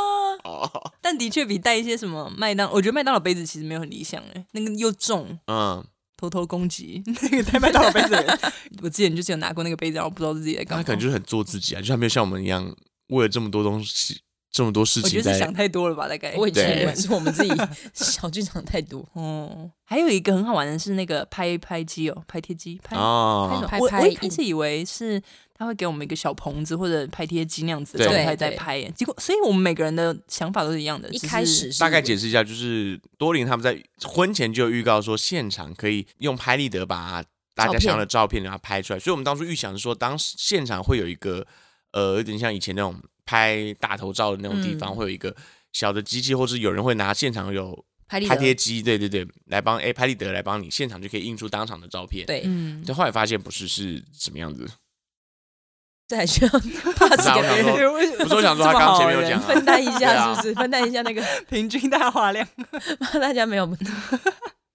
Speaker 2: 哦，
Speaker 3: 但的确比带一些什么麦当，我觉得麦当劳杯子其实没有很理想哎、那个又重，
Speaker 2: 嗯，
Speaker 3: 偷偷攻击 那个带麦当劳杯子的人。 我之前就只有拿过那个杯子，然后不知道自己在干
Speaker 2: 他
Speaker 3: 嘛。
Speaker 2: 可能就是很做自己啊，就是他没有像我们一样为了这么多东西、这么多事
Speaker 3: 我
Speaker 2: 情
Speaker 3: 觉得是
Speaker 2: 在
Speaker 3: 想。太多了吧，大概。
Speaker 1: 我也觉
Speaker 2: 对
Speaker 1: 得是我们自己小剧场太多。
Speaker 3: 哦，还有一个很好玩的是那个拍拍机哦，拍贴机，拍、拍什
Speaker 2: 哦
Speaker 3: 么
Speaker 1: 拍
Speaker 3: 我
Speaker 1: 拍
Speaker 3: 我一开始以为是他会给我们一个小棚子或者拍贴机那样子的
Speaker 2: 对
Speaker 3: 状态
Speaker 1: 对
Speaker 3: 在
Speaker 1: 对
Speaker 3: 拍耶，结果所以我们每个人的想法都是一样的。
Speaker 1: 一
Speaker 3: 只是
Speaker 1: 开始是
Speaker 2: 大概
Speaker 1: 以为
Speaker 2: 解释一下，就是多林他们在婚前就有预告说，现场可以用拍立得把大家想要的照片给它拍出来，所以我们当初预想是说，当时现场会有一个呃，有点像以前那种拍大头照的那种地方，
Speaker 1: 嗯
Speaker 2: 会有一个小的机器，或是有人会拿现场有
Speaker 1: 拍立
Speaker 2: 拍贴
Speaker 1: 得，
Speaker 2: 机，对对对，来帮哎拍立得来帮你现场就可以印出当场的照片。
Speaker 1: 对，
Speaker 3: 嗯，
Speaker 2: 但后来发现不是是什么样子，
Speaker 1: 这还 需要 pass 给别
Speaker 2: 然后
Speaker 1: 人
Speaker 2: 不
Speaker 3: 不
Speaker 2: 是我想说他刚刚前面有 讲、
Speaker 1: 分
Speaker 2: 啊，
Speaker 1: 担一
Speaker 2: 对
Speaker 1: 下，
Speaker 2: 啊
Speaker 1: 是不是？分担一下那个，
Speaker 3: 平均大化量。
Speaker 1: 大家没有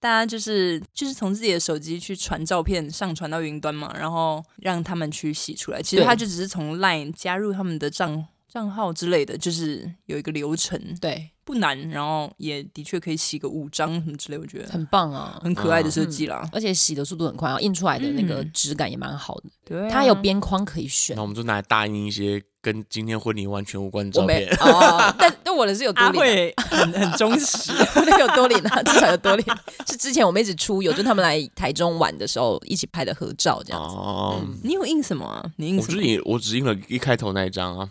Speaker 3: 大家就是就是从自己的手机去传照片，上传到云端嘛，然后让他们去洗出来。其实
Speaker 1: 对
Speaker 3: 他就只是从 Line 加入他们的账账号之类的，就是有一个流程，
Speaker 1: 对，
Speaker 3: 不难，然后也的确可以洗个五张什么之类，我觉得
Speaker 1: 很棒啊！
Speaker 3: 很可爱的设计啦。
Speaker 1: 而且洗的速度很快，然后印出来的那个
Speaker 3: 嗯
Speaker 1: 质感也蛮好的。
Speaker 3: 对啊、
Speaker 1: 它有边框可以选
Speaker 2: 那。我们就拿来大印一些跟今天婚礼完全无关的
Speaker 1: 我
Speaker 2: 照
Speaker 1: 没
Speaker 2: 片。
Speaker 1: 哦， 但但我的是有多
Speaker 3: 阿
Speaker 1: 领
Speaker 3: 慧很很忠 实，
Speaker 1: 啊， 我的有多领啊，至少有多领。是之前我们一直出游，就他们来台中玩的时候一起拍的合照，这样子。
Speaker 2: 哦，
Speaker 3: 你有印什么啊？你印
Speaker 2: 我
Speaker 3: 什
Speaker 2: 只
Speaker 3: 么？
Speaker 2: 印我只印了一开头那一张啊，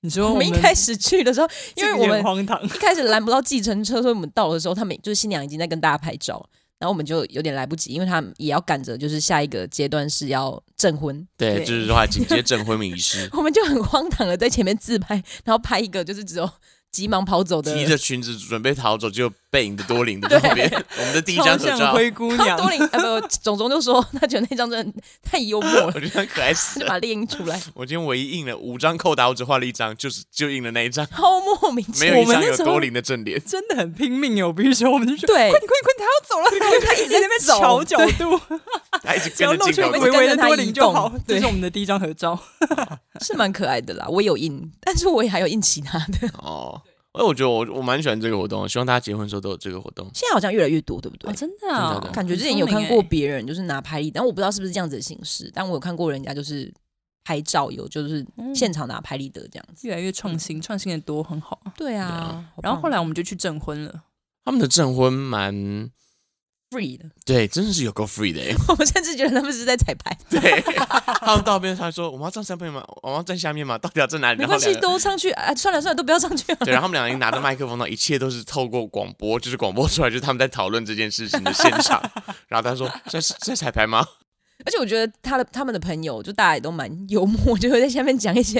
Speaker 3: 你说
Speaker 1: 我们一开始去的时候，因为
Speaker 3: 这
Speaker 1: 我
Speaker 3: 个有点
Speaker 1: 们
Speaker 3: 荒唐，
Speaker 1: 一开始拦不到计程车，所以我们到的时候，他们就是新娘已经在跟大家拍照，然后我们就有点来不及，因为他们也要赶着，就是下一个阶段是要证 婚，，
Speaker 2: 对，
Speaker 3: 对
Speaker 2: 就是的话紧接证婚礼仪式
Speaker 1: 我们就很荒唐的在前面自拍，然后拍一个就是只有急忙跑走的，
Speaker 2: 提着裙子准备逃走，就背影的多领的照片，我们的第一张合
Speaker 3: 超像
Speaker 2: 照，
Speaker 3: 灰姑娘
Speaker 1: 然后，多林呃不，总总就说他觉得那张真的太幽默了
Speaker 2: 我，觉得很可爱
Speaker 1: 他
Speaker 2: 死
Speaker 1: 就
Speaker 2: 了。
Speaker 1: 把列印出来，
Speaker 2: 我今天唯一印了五张扣打，我只画了一张，就是就印了那一张，
Speaker 1: 超莫名其
Speaker 2: 没
Speaker 1: 妙。
Speaker 2: 有
Speaker 3: 我
Speaker 2: 一
Speaker 3: 们
Speaker 2: 张
Speaker 3: 那
Speaker 2: 有
Speaker 3: 时候
Speaker 2: 多林的正脸。
Speaker 3: 真的很拼命哦，我必须说，我们就说，
Speaker 1: 对
Speaker 3: 快点快点快点，他要走了，他一直在那边
Speaker 1: 走
Speaker 3: 调角度，
Speaker 2: 他一直
Speaker 3: 只要
Speaker 2: 跟着
Speaker 3: 露出
Speaker 2: 镜头
Speaker 1: 我
Speaker 2: 走
Speaker 1: 们
Speaker 3: 微微的多领就好
Speaker 1: 跟着他移动。
Speaker 3: 这是
Speaker 1: 对
Speaker 3: 我们的第一张合照，
Speaker 1: 是蛮可爱的啦，我有印，但是我也还有印其他的。
Speaker 2: 哦。哎，我觉得我我蛮喜欢这个活动的，希望大家结婚的时候都有这个活动。
Speaker 1: 现在好像越来越多，对不对？
Speaker 3: 哦真的
Speaker 2: 啊真的真的
Speaker 1: 感觉之前有看过别人就是拿拍立，但我不知道是不是这样子的形式，但我有看过人家就是拍照有就是现场拿拍立得这样子。
Speaker 3: 欸越来越创新，创新的多，很好。
Speaker 1: 对
Speaker 2: 对
Speaker 1: 啊
Speaker 2: 啊，
Speaker 1: 好棒
Speaker 3: 然后后来我们就去证婚了，
Speaker 2: 他们的证婚蛮
Speaker 1: free 的，
Speaker 2: 对，真的是有够 free 的耶。 欸
Speaker 1: 我们甚至觉得他们是在彩排，
Speaker 2: 对，他们到边他说：“我们要站上面吗？我们要站下面吗？到底要站哪里？”
Speaker 1: 没
Speaker 2: 然后
Speaker 1: 关系，
Speaker 2: 两个
Speaker 1: 都上去啊，算了算了，都不要上去了。
Speaker 2: 对，然后他们两个人拿着麦克风呢，一切都是透过广播，就是广播出来，就是他们在讨论这件事情的现场。然后他说：“在在彩排吗？”
Speaker 1: 而且我觉得他的他们的朋友就大家也都蛮幽默，就会在下面讲一些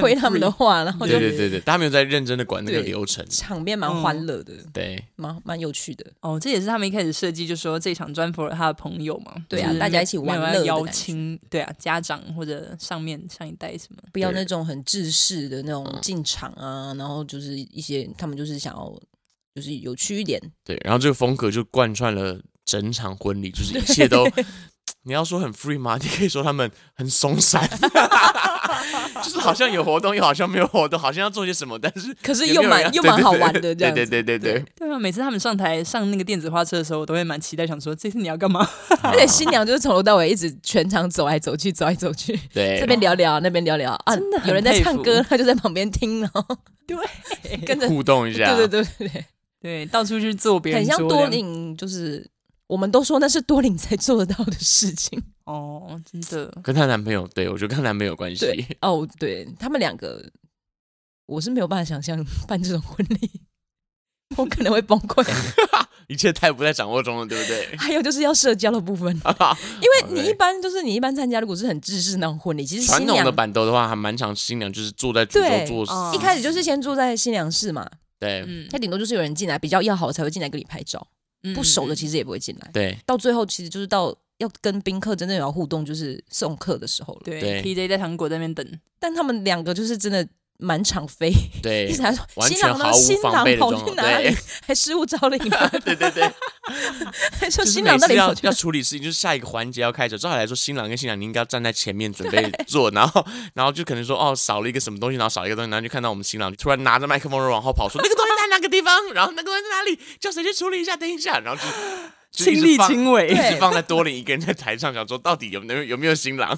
Speaker 1: 亏他们的话，然后
Speaker 2: 对
Speaker 1: 就
Speaker 2: 对对对，他没有在认真的管那个
Speaker 1: 对
Speaker 2: 流程。
Speaker 1: 场面
Speaker 2: 嗯
Speaker 1: 蛮欢乐的，
Speaker 2: 对，
Speaker 1: 蛮蛮有趣的。
Speaker 3: 哦，这也是他们一开始设计，就说这场专 for 他的朋友嘛，
Speaker 1: 对啊
Speaker 3: 就是
Speaker 1: 大家一起玩
Speaker 3: 没有
Speaker 1: 乐
Speaker 3: 要
Speaker 1: 的
Speaker 3: 邀
Speaker 1: 感觉
Speaker 3: 请，对啊，家长或者上面上一代什么，
Speaker 1: 不要
Speaker 2: 对
Speaker 1: 那种很制式的那种
Speaker 2: 嗯
Speaker 1: 进场啊，然后就是一些他们就是想要就是有趣一点，
Speaker 2: 对，然后这个风格就贯穿了整场婚礼，就是一切都，你要说很 free 吗？你可以说他们很松散，就是好像有活动，又好像没有活动，好像要做些什么，但是
Speaker 1: 可是
Speaker 2: 也
Speaker 1: 又
Speaker 2: 没有人
Speaker 1: 蛮
Speaker 2: 要
Speaker 1: 又蛮
Speaker 2: 对对
Speaker 1: 好
Speaker 2: 对
Speaker 1: 玩的这
Speaker 2: 对
Speaker 1: 样
Speaker 2: 对
Speaker 1: 子
Speaker 2: 对对对，
Speaker 3: 对啊，每次他们上台上那个电子花车的时候，我都会蛮期待，想说这次你要干嘛？
Speaker 1: 而且
Speaker 2: 啊
Speaker 1: 新娘就是从头到尾一直全场走来走去，走来走去，
Speaker 2: 对啊
Speaker 1: 这边聊聊，那边聊聊啊
Speaker 3: 真的，很
Speaker 1: 有人在
Speaker 3: 佩
Speaker 1: 唱
Speaker 3: 服
Speaker 1: 歌，他就在旁边听，然后跟着，
Speaker 2: 互动一下，啊
Speaker 1: 对对对对对。
Speaker 3: 对，到处去坐别人
Speaker 1: 很像
Speaker 3: 桌
Speaker 1: 多
Speaker 3: 这样
Speaker 1: 领，就是我们都说那是多领才做得到的事情。
Speaker 3: 哦，真的，
Speaker 2: 跟她男朋友，对我觉得跟她男朋友有关系，
Speaker 1: 对， 哦，对他们两个，我是没有办法想象办这种婚 礼，我可能会崩溃。
Speaker 2: 一切太不在掌握中了，对不对？
Speaker 1: 还有就是要社交的部分，因为你一般就是你一般参加，如果是很制式那种婚礼，其实
Speaker 2: 传
Speaker 1: 新
Speaker 2: 统的
Speaker 1: 娘
Speaker 2: 板凳的话，还蛮常新娘就是坐在主
Speaker 1: 对
Speaker 2: 桌坐
Speaker 3: 哦
Speaker 1: 一开始就是先坐在新娘室嘛，
Speaker 2: 对
Speaker 3: 嗯
Speaker 1: 那，顶多就是有人进来比较要好才会进来跟你拍照，不熟的其
Speaker 3: 实
Speaker 1: 实也不会进来。
Speaker 2: 对
Speaker 1: 到最后其实就是到要跟宾客真正有要互动，就是送客的时候了。
Speaker 3: 对
Speaker 2: 对
Speaker 3: PJ 在糖果在那边等，
Speaker 1: 但他们两个就是真的满场飞，一
Speaker 2: 对
Speaker 1: 直，还说
Speaker 2: 完
Speaker 1: 新
Speaker 2: 全
Speaker 1: 郎
Speaker 2: 毫
Speaker 1: 呢？
Speaker 2: 无
Speaker 1: 新
Speaker 2: 防
Speaker 1: 郎
Speaker 2: 备的
Speaker 1: 跑
Speaker 2: 状
Speaker 1: 去
Speaker 2: 况，
Speaker 1: 哪
Speaker 2: 对
Speaker 1: 里？ 还失物招领了，
Speaker 2: 对对对。
Speaker 1: 还 说
Speaker 2: 就是
Speaker 1: 新
Speaker 2: 每
Speaker 1: 郎到
Speaker 2: 次
Speaker 1: 底
Speaker 2: 要
Speaker 1: 跑去
Speaker 2: 要
Speaker 1: 哪？
Speaker 2: 处理事情，就是下一个环节要开始。照理来说，新郎跟新娘你应该要站在前面准备 做，然后然后就可能说哦少了一个什么东西，然后少了一个东西，然后就看到我们新郎突然拿着麦克风往后跑，说那个东西在哪个地方，然后那个东西在哪里，叫谁去处理一下，等一下，然后就就一
Speaker 3: 亲
Speaker 2: 直
Speaker 3: 力
Speaker 2: 放
Speaker 3: 亲为
Speaker 2: 一。
Speaker 1: 对
Speaker 2: 直放在多林一个人在台上，想说到底有没有有没有新郎？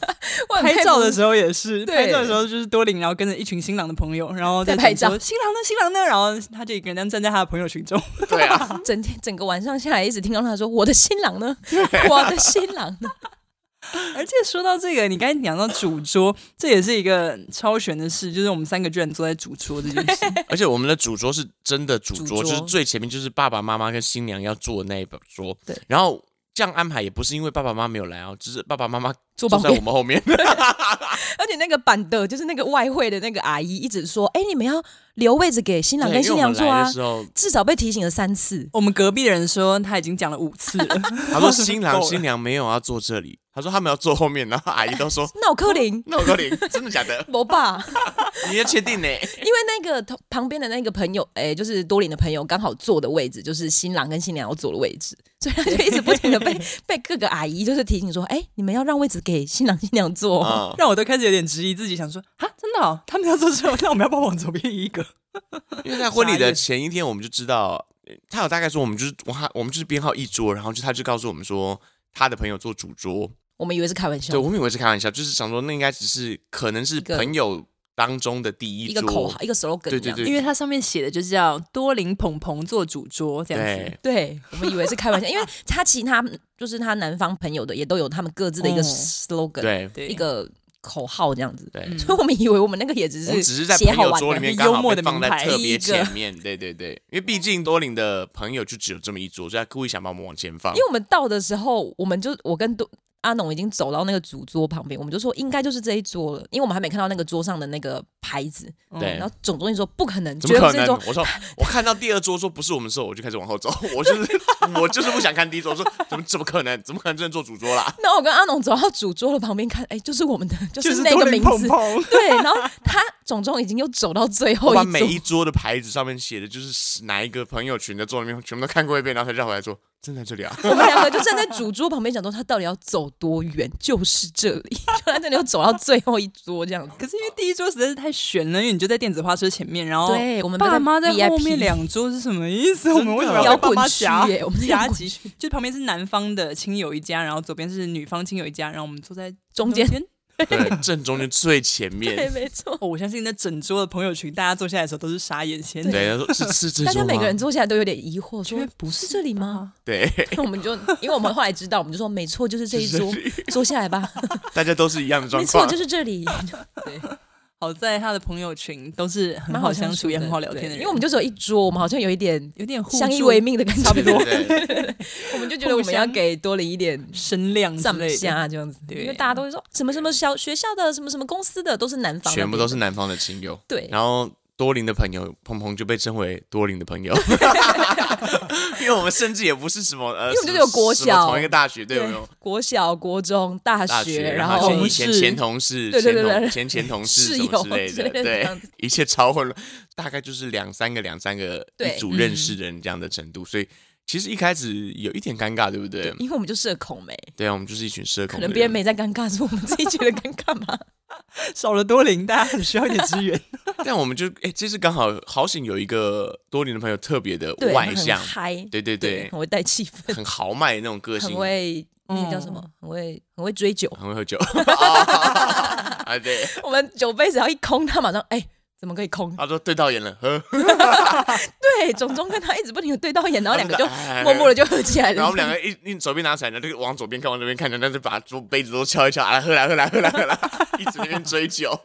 Speaker 1: 我很
Speaker 3: 拍
Speaker 1: 佩
Speaker 3: 照
Speaker 1: 服
Speaker 3: 的时候也是，
Speaker 1: 对
Speaker 3: 拍照的时候就是多领，然后跟着一群新郎的朋友，然后
Speaker 1: 在
Speaker 3: 在
Speaker 1: 拍
Speaker 3: 讲
Speaker 1: 照
Speaker 3: 说新郎呢，新郎呢，然后他就一个人这样站在他的朋友群中，
Speaker 2: 对 啊，
Speaker 1: 整天整个晚上下来，一直听到他说：“我的新郎 呢？我的新郎呢
Speaker 3: 而且说到这个，你刚才讲到主桌，这也是一个超悬的事，就是我们三个居然坐在主桌这 件事。
Speaker 2: 而且我们的主桌是真的主
Speaker 1: 主
Speaker 2: 桌，
Speaker 1: 桌
Speaker 2: 就是最前面就是爸爸妈妈跟新娘要坐的那一把桌。
Speaker 1: 对，
Speaker 2: 然后这样安排也不是因为爸爸妈妈没有来哦，只是爸爸妈妈？”
Speaker 1: 坐
Speaker 2: 坐
Speaker 1: 旁
Speaker 2: 在我
Speaker 1: 边，
Speaker 2: 们后面。
Speaker 1: 而且那个板的，就是那个外汇的那个阿姨，一直说：“哎，你们要留位置给新郎
Speaker 2: 对
Speaker 1: 跟
Speaker 2: 因为
Speaker 1: 新
Speaker 2: 我
Speaker 1: 娘
Speaker 2: 们
Speaker 1: 坐
Speaker 2: 来
Speaker 1: 啊
Speaker 2: 的！” 时候，
Speaker 1: 至少被提醒了三次。
Speaker 3: 我们隔壁的人说他已经讲了五次 了，
Speaker 2: 他说新郎
Speaker 3: 够了
Speaker 2: 新娘没有要坐这里，他说他们要坐后面，然后阿姨都 说
Speaker 1: 闹柯林，
Speaker 2: 那我说你真的假的？
Speaker 1: 我爸，
Speaker 2: 你要 确定呢？
Speaker 1: 因为那个同旁边的那个朋友，哎、就是多林的朋友，刚好坐的位置就是新郎跟新娘要坐的位置，所以他就一直不停的被 被各个阿姨就是提醒说，哎、你们要让位置给新郎新娘坐。
Speaker 2: 啊，
Speaker 3: 让我都开始有点质疑自己，想说啊，真的、哦，他们要坐这，那我们要不要往左边移一个？
Speaker 2: 因为在婚礼
Speaker 3: 傻
Speaker 2: 的
Speaker 3: 眼
Speaker 2: 前一天，我们就知道，呃他有大概说我们就是我他我们就是编号一桌，然后就他就告诉我们说。他的朋友坐主桌，
Speaker 1: 我们以为是开玩笑
Speaker 2: 对，我们以为是开玩笑，就是想说那应该只是可能是
Speaker 1: 一个
Speaker 2: 朋友当中的第
Speaker 1: 一
Speaker 2: 一
Speaker 1: 个
Speaker 2: 桌，
Speaker 1: 口号，一个 slogan，
Speaker 2: 对
Speaker 1: 这样
Speaker 2: 对
Speaker 3: 因为它上面写的就是叫多林鹏鹏做主桌这样子
Speaker 2: 对。
Speaker 1: 对我们以为是开玩笑，因为他其他就是他南方朋友的也都有他们各自的一个
Speaker 3: 哦
Speaker 1: slogan，、
Speaker 2: 对
Speaker 3: 对，
Speaker 1: 一个口号这样子，
Speaker 2: 对，
Speaker 3: 嗯
Speaker 1: 所以我们以为我们那个也只
Speaker 2: 我们
Speaker 1: 是
Speaker 2: 只是在
Speaker 1: 写
Speaker 2: 朋
Speaker 1: 好
Speaker 2: 友
Speaker 1: 玩
Speaker 2: 桌里
Speaker 1: 的，
Speaker 2: 面
Speaker 3: 幽
Speaker 2: 刚好
Speaker 3: 默
Speaker 2: 被
Speaker 3: 的
Speaker 2: 放
Speaker 3: 名
Speaker 2: 在
Speaker 3: 牌
Speaker 2: 特
Speaker 1: 一
Speaker 2: 别
Speaker 1: 个
Speaker 2: 前面，对对对，因为毕竟多林的朋友就只有这么一桌，所以他故意想把我们往前放
Speaker 1: 因。为我们到的时候，我们就我跟多阿农已经走到那个主桌旁边，我们就说应该就是这一桌了，因为我们还没看到那个桌上的那个牌子。
Speaker 2: 对
Speaker 1: 嗯然后总中医说不可能，
Speaker 2: 怎
Speaker 1: 绝对
Speaker 2: 么
Speaker 1: 不
Speaker 2: 可
Speaker 1: 是这一
Speaker 2: 能
Speaker 1: 桌？，
Speaker 2: 我说我看到第二桌说不是我们的时候，我就开始往后走。我就是我就是不想看第一桌，我说怎么怎么可能？怎么可能真的做主桌啦？
Speaker 1: 然后我跟阿农走到主桌的旁边看，哎，就是我们的，就
Speaker 3: 就是是
Speaker 1: 那
Speaker 3: 多
Speaker 1: 个
Speaker 3: 林
Speaker 1: 名
Speaker 3: 碰
Speaker 1: 字。
Speaker 3: 碰
Speaker 1: 对，然后他总中已经又走到最后
Speaker 2: 我把
Speaker 1: 一
Speaker 2: 每
Speaker 1: 桌，
Speaker 2: 一桌的牌子上面写的就是哪一个朋友群的座里面全部都看过一遍，然后才绕回来说真的在这里啊。
Speaker 1: 我们两个就站在主桌旁边讲说他到底要走多远，就是这里，就在这里又走到最后一桌这样子。
Speaker 3: 可是因为第一桌实在是太悬了，因为你就在电子花车前面，然后
Speaker 1: 对，我们
Speaker 3: 爸妈在后
Speaker 1: VIP
Speaker 3: 面两桌是什么意思？
Speaker 2: 真的啊
Speaker 3: 我们为什么要
Speaker 1: 摇
Speaker 3: 被爸
Speaker 1: 滚
Speaker 3: 妈
Speaker 1: 区
Speaker 3: 夹
Speaker 1: 耶我们是摇
Speaker 3: 夹
Speaker 1: 滚
Speaker 3: 击？就旁边是男方的亲友一家，然后左边是女方亲友一家，然后我们坐在
Speaker 1: 中间，
Speaker 2: 对，正中间最前
Speaker 1: 对，
Speaker 2: 面。
Speaker 1: 没错。
Speaker 3: 哦，我相信那整桌的朋友群，大家坐下来的时候都是傻眼先。
Speaker 2: 对，他说是是这
Speaker 1: 大
Speaker 2: 桌
Speaker 1: 家
Speaker 2: 吗？
Speaker 1: 每个人坐下来都有点疑惑，
Speaker 3: 因
Speaker 1: 说
Speaker 3: 为不
Speaker 1: 是这里吗？
Speaker 3: 吗？
Speaker 2: 对，
Speaker 1: 那我们就，因为我们后来知道，我们就说没错，就是这一
Speaker 2: 是这
Speaker 1: 桌，坐下来吧。
Speaker 2: 大家都是一样的状
Speaker 1: 没错，
Speaker 2: 况
Speaker 1: 就。是这里，对，
Speaker 3: 好在他的朋友群都是很
Speaker 1: 蛮
Speaker 3: 好
Speaker 1: 相
Speaker 3: 相处也很好聊天
Speaker 1: 对
Speaker 3: 的人，
Speaker 1: 因为我们就只有一桌，我们好像有一点
Speaker 3: 有点互
Speaker 1: 相依
Speaker 3: 助
Speaker 1: 为命的感觉，
Speaker 3: 差不多
Speaker 2: 对对对
Speaker 1: 我们就觉得我们要给多林一点
Speaker 3: 声量之
Speaker 1: 上
Speaker 3: 类的。
Speaker 1: 下这样子，
Speaker 3: 对
Speaker 1: 因为大家都会说什么什么小学校的什么什么公司的都是南方，
Speaker 2: 全部都是。南方的亲友。
Speaker 1: 对，
Speaker 2: 然后多林的朋友，鹏鹏就被称为多林的 朋友，因为我们甚至也不是什么呃，
Speaker 1: 因为我们就是有国
Speaker 2: 什么
Speaker 1: 小
Speaker 2: 同一个大学，对，我们有
Speaker 1: 国小、国中、大
Speaker 2: 大学，
Speaker 1: 然
Speaker 2: 后
Speaker 1: 后
Speaker 3: 同
Speaker 2: 以
Speaker 3: 事
Speaker 2: 前前同事、
Speaker 1: 对对对对对
Speaker 2: 前同前前同
Speaker 1: 室
Speaker 2: 事什
Speaker 1: 友
Speaker 2: 么之类
Speaker 1: 之
Speaker 2: 的
Speaker 1: 类，的这
Speaker 2: 对
Speaker 1: 样子，
Speaker 2: 一切超混乱，大概就是两三个、两三个
Speaker 1: 对嗯
Speaker 2: 一组认识的人这样的程度，所以。其实一开始有一点尴尬，对不对？
Speaker 1: 因为我们就社恐没，
Speaker 2: 对啊，我们就是一群社
Speaker 1: 可
Speaker 2: 恐的人。
Speaker 1: 能别人没在尴尬，是我们自己觉得尴尬嘛。
Speaker 3: 少了多林，大家很需要一点支 援。
Speaker 2: 但我们就哎，这次刚好好险有一个多年的朋友特别的
Speaker 1: 对，
Speaker 2: 外
Speaker 1: 很
Speaker 2: 向，
Speaker 1: 嗨，
Speaker 2: 对对对，
Speaker 1: 很会带气氛，
Speaker 2: 很豪迈的那种个性
Speaker 1: 很，会那个叫什
Speaker 3: 嗯
Speaker 1: 么？很会很会追酒。
Speaker 2: 很会喝酒 啊！对，
Speaker 1: 我们酒杯只要一空，他马上哎、怎么可以空？
Speaker 2: 他说对到眼了，喝，
Speaker 1: 对，种种跟他一直不停的对到眼，然后两个就
Speaker 2: 哎
Speaker 1: 默默的就合起来了。
Speaker 2: 然后我们两个一一手边拿起来，然后就往左边看，往左边看，然后就把桌杯子都敲一敲，啊，喝来喝来喝来喝来， 一直在那边追酒，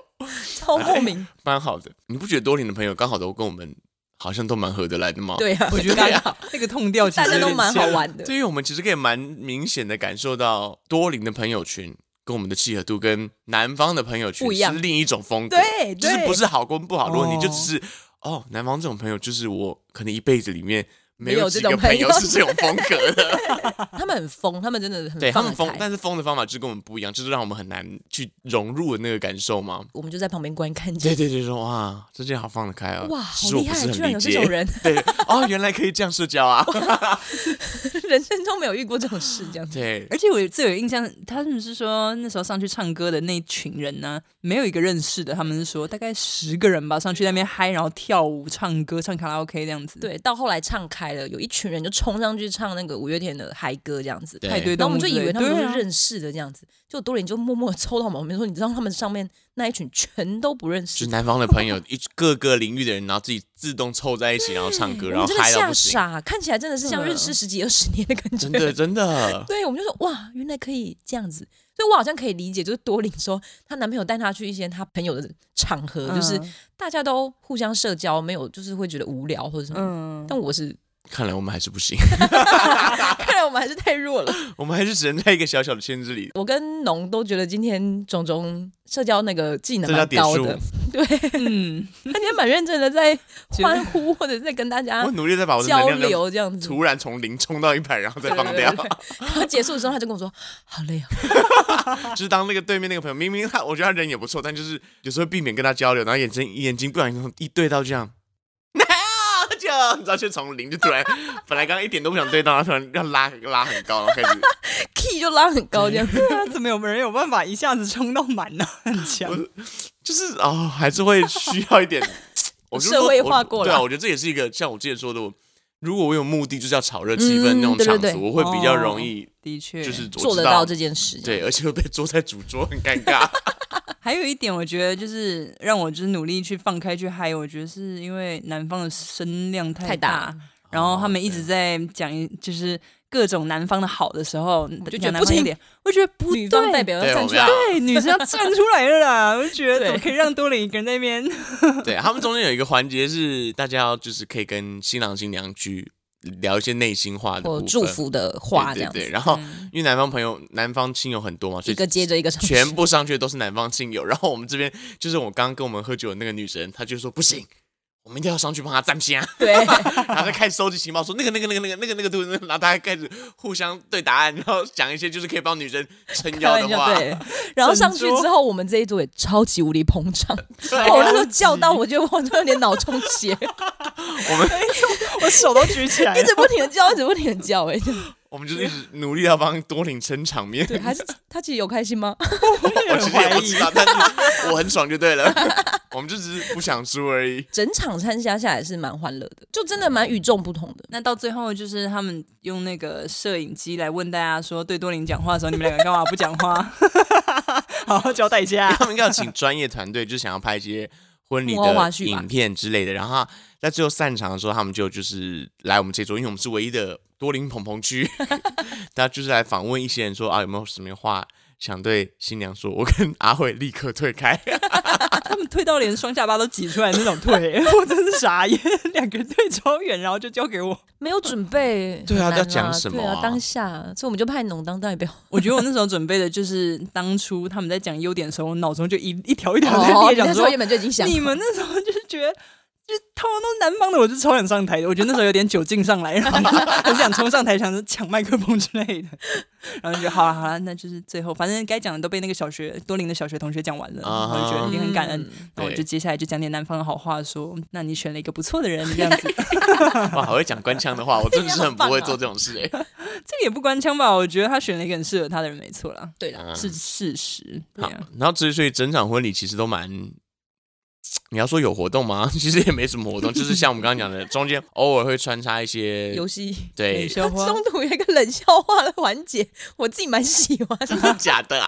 Speaker 1: 超莫名，
Speaker 2: 蛮好的。你不觉得多林的朋友刚好都跟我们好像都蛮合得来的吗？。
Speaker 1: 对啊，
Speaker 3: 我 觉得
Speaker 1: 刚
Speaker 3: 那
Speaker 1: 好
Speaker 3: 个那个痛调其实
Speaker 1: 大家
Speaker 3: 有
Speaker 1: 都
Speaker 3: 点
Speaker 1: 蛮好
Speaker 3: 像
Speaker 1: 玩的。
Speaker 2: 对于我们其实可以蛮明显的感受到多林的朋友群跟我们的契合度跟南方的朋友群
Speaker 1: 不一样
Speaker 2: 是另一种风格，
Speaker 1: 对
Speaker 2: 就是
Speaker 1: 对
Speaker 2: 不是好跟不好，如果你就
Speaker 3: 哦
Speaker 2: 只是哦，南方这种朋友就是我可能一辈子里面没
Speaker 1: 没有
Speaker 2: 几
Speaker 1: 这
Speaker 2: 个
Speaker 1: 种朋
Speaker 2: 朋友
Speaker 1: 友
Speaker 2: 是这种风 格的，
Speaker 1: 他们很疯，他们真的很
Speaker 2: 对他
Speaker 1: 放
Speaker 2: 们
Speaker 1: 得
Speaker 2: 疯，
Speaker 1: 开
Speaker 2: 但是疯的方法就是跟我们不一样，就是让我们很难去融入的那个感受嘛。
Speaker 1: 我们就在旁边观看着
Speaker 2: 对。对对，说哇，这件好放得开啊！
Speaker 1: 哇，
Speaker 2: 其
Speaker 1: 好
Speaker 2: 实我
Speaker 1: 厉
Speaker 2: 不是
Speaker 1: 害！居
Speaker 2: 很
Speaker 1: 然
Speaker 2: 理
Speaker 1: 有这
Speaker 2: 解
Speaker 1: 种，人，
Speaker 2: 对哦，原来可以这样社交啊！
Speaker 1: 人生中没有遇过这种事，这样子。
Speaker 2: 对，
Speaker 3: 而且我最有印象，他们是说那时候上去唱歌的那一群人呢、没有一个认识的。他们是说大概十个人吧，上去那边嗨，然后跳舞、唱歌、唱卡拉 OK 这样子。，
Speaker 1: 对，到后来唱开了，有一群人就冲上去唱那个五月天的嗨歌，这样子。
Speaker 2: 对
Speaker 3: 派对
Speaker 1: 然后
Speaker 3: 动物
Speaker 1: 我们就
Speaker 3: 之类的，
Speaker 1: 以为他们都
Speaker 3: 对啊
Speaker 1: 是认识的这样子，就多林就默默地凑到我们旁边说：“你知道他们上面那一群全都不认
Speaker 2: 就
Speaker 1: 识
Speaker 2: 是，南方的朋友，一各个领域的人，然后自己自动凑在一起，然后唱歌，
Speaker 1: 我
Speaker 2: 然
Speaker 1: 们
Speaker 2: 后
Speaker 1: 真的
Speaker 2: 嗨到
Speaker 1: 吓
Speaker 2: 不行，
Speaker 1: 傻，看起来真的是像认识十几二十年的感觉。，
Speaker 2: 真的真的
Speaker 1: 对，我们就说哇，原来可以这样子，所以我好像可以理解，就是多琳说她男朋友带她去一些她朋友的场合，就是
Speaker 3: 嗯
Speaker 1: 大家都互相社交，没有就是会觉得无聊或者什么。
Speaker 3: 嗯，
Speaker 1: 但我是，
Speaker 2: 看来我们还是不行，
Speaker 1: 看来我们还是太弱了。
Speaker 2: 我们还是只能在一个小小的圈子里，
Speaker 1: 我跟农都觉得今天种种社交那个技能
Speaker 2: 这叫
Speaker 1: 蛮
Speaker 2: 点
Speaker 1: 高
Speaker 2: 数。
Speaker 1: 的，对，
Speaker 3: 嗯，
Speaker 1: 他今天蛮认真的在
Speaker 3: 觉得
Speaker 1: 欢呼或者在跟大家
Speaker 2: 我努力在把我的
Speaker 1: 交
Speaker 2: 能量量
Speaker 1: 流这样子。
Speaker 2: 突然从零冲到一百，然后再放掉。
Speaker 1: 对对然后结束的时候，他就跟我说：“好累哦。
Speaker 2: 就是当那个对面那个朋友，明明他我觉得他人也不错，但就是有时候避免跟他交流，然后眼睛眼睛不小心一对到这样，就你知道，就从零就突然， 本来刚刚一点都不想对到，然后突然要拉拉很高，然后开始
Speaker 1: ”key 就拉很高这样子。
Speaker 3: 对啊，怎么有人有办法一下子冲到满呢、 很强
Speaker 2: 我。就是哦，还是会需要一点我就说
Speaker 1: 社会化过
Speaker 2: 我
Speaker 1: 了
Speaker 2: 对啊，我觉得这也是一个像我之前说的，我如果我有目的就是要炒热气氛
Speaker 1: 嗯
Speaker 2: 那种
Speaker 1: 对
Speaker 2: 场
Speaker 1: 对
Speaker 2: 所，
Speaker 1: 对
Speaker 2: 我会比较容易
Speaker 3: 的确，
Speaker 2: 就是我知道
Speaker 1: 做得到这件事，
Speaker 2: 对，而且会被坐在主桌，很尴尬。
Speaker 3: 还有一点，我觉得就是让我就是努力去放开去嗨，我觉得是因为南方的声量
Speaker 1: 太
Speaker 3: 大，
Speaker 1: 大
Speaker 3: 然后他们一直在讲一，就是各种南方的好的时候，
Speaker 1: 就觉得
Speaker 3: 讲南
Speaker 1: 不
Speaker 3: 方一
Speaker 1: 行
Speaker 3: 点，我觉得不
Speaker 1: 女方
Speaker 3: 对
Speaker 1: 代表
Speaker 2: 对
Speaker 1: 要站
Speaker 2: 我
Speaker 1: 出
Speaker 2: 们
Speaker 1: 来
Speaker 2: 要。
Speaker 3: 对，女生要站出来了啦！我就觉得
Speaker 1: 对
Speaker 3: 怎么可以让多林一个人在那边？
Speaker 2: 对他们中间有一个环节是大家要就是可以跟新郎新娘去聊一些内心话的部
Speaker 1: 或
Speaker 2: 分
Speaker 1: 祝福的话这
Speaker 2: 对对
Speaker 1: 样
Speaker 2: 对。
Speaker 1: 子，
Speaker 2: 然后因为南方朋友、南方亲友很多嘛，所
Speaker 1: 一
Speaker 2: 以
Speaker 1: 个接着一个上去，
Speaker 2: 全部上去都是南方亲友。然后我们这边就是我刚刚跟我们喝酒的那个女生，她就说不行。我们一定要上去帮她站下，
Speaker 1: 对，
Speaker 2: 然后她开始收集情报，说那个、那个、那个、那个、那个、那个图，然后大家开始互相对答案，然后讲一些就是可以帮女生撑
Speaker 1: 开
Speaker 2: 腰
Speaker 1: 玩
Speaker 2: 的
Speaker 1: 笑
Speaker 2: 话。
Speaker 1: 对。然 后上去之后，我们这一桌也超级无力膨胀，
Speaker 2: 对啊
Speaker 1: 我那时候叫到，我觉得我就 有点脑充血，一
Speaker 2: 我们
Speaker 3: 我手都举
Speaker 2: 哎
Speaker 3: 起来了。
Speaker 1: 直不停的 叫，一直不停的叫，哎，
Speaker 2: 我们就是一直努力要帮多领撑场面。
Speaker 1: 对，还是他自己有开心吗？
Speaker 2: 我
Speaker 3: 我
Speaker 2: 其
Speaker 3: 很
Speaker 2: 实也
Speaker 3: 怀
Speaker 2: 不
Speaker 3: 疑
Speaker 2: 知，道，但是我很爽就对了。 我们就只是不想输而已。
Speaker 1: 整场参加下来是蛮欢乐的，就真的蛮与众不同的。
Speaker 3: 那到最后就是他们用那个摄影机来问大家说，对多林讲话的时候，你们两个干嘛不讲话？好好交代一 下。
Speaker 2: 他们应该要请专业团队，就是想要拍一些婚礼
Speaker 1: 幕后花
Speaker 2: 的
Speaker 1: 絮吧
Speaker 2: 影片之类的。然后在最后散场的时候，他们就就是来我们这桌，因为我们是唯一的多林蓬蓬区， 大家就是来访问一些人说啊有没有什么话想对新娘说。我跟阿慧立刻退开，
Speaker 3: 他们退到连双下巴都挤出来那种退， 我真是傻眼。两个人退超远，然后就交给我。
Speaker 1: 没有准备，
Speaker 2: 对啊
Speaker 1: 很难
Speaker 2: 要讲什么啊
Speaker 1: 对啊，当下，所以我们就派农当代表，
Speaker 3: 我觉得我那时候准备的就是当初他们在讲优点的时候，我脑中就一一条一
Speaker 2: 啊
Speaker 3: 条在
Speaker 1: 哦，
Speaker 3: 列，
Speaker 1: 你那
Speaker 3: 想
Speaker 1: 时
Speaker 3: 说
Speaker 1: 候原本就已经想好，
Speaker 3: 你们那时候就是觉得。就是他们都是南方的，我就超想上台的。我觉得那时候有点酒劲上来，然后 很想冲上台，想着抢麦克风之类的。然后就觉得好了好了，那就是最后，反正该讲的都被那个小学多林的小学同学讲完了，
Speaker 2: 啊哈
Speaker 3: 我就觉得一定很感恩。
Speaker 1: 嗯
Speaker 3: 那我
Speaker 2: 对
Speaker 3: 就接下来就讲点南方的好话说那你选了一个不错的人，这样子，
Speaker 2: 哇，好会讲官腔的话，我真的是很不会做这种事、欸。
Speaker 3: 这个也不官腔吧？我觉得他选了一个很适合他的人，没错啦，
Speaker 1: 对啦，
Speaker 3: 是事实。对
Speaker 2: 嗯好
Speaker 3: 啊，，
Speaker 2: 然后之所以整场婚礼其实都蛮，你要说有活动吗？ 其实也没什么活动，就是像我们刚刚讲的，中间偶尔会穿插一些
Speaker 1: 游戏。
Speaker 2: 对
Speaker 3: 冷，笑话
Speaker 1: 中途有一个冷笑话的环节，我自己蛮喜欢的。
Speaker 2: 真的假的啊？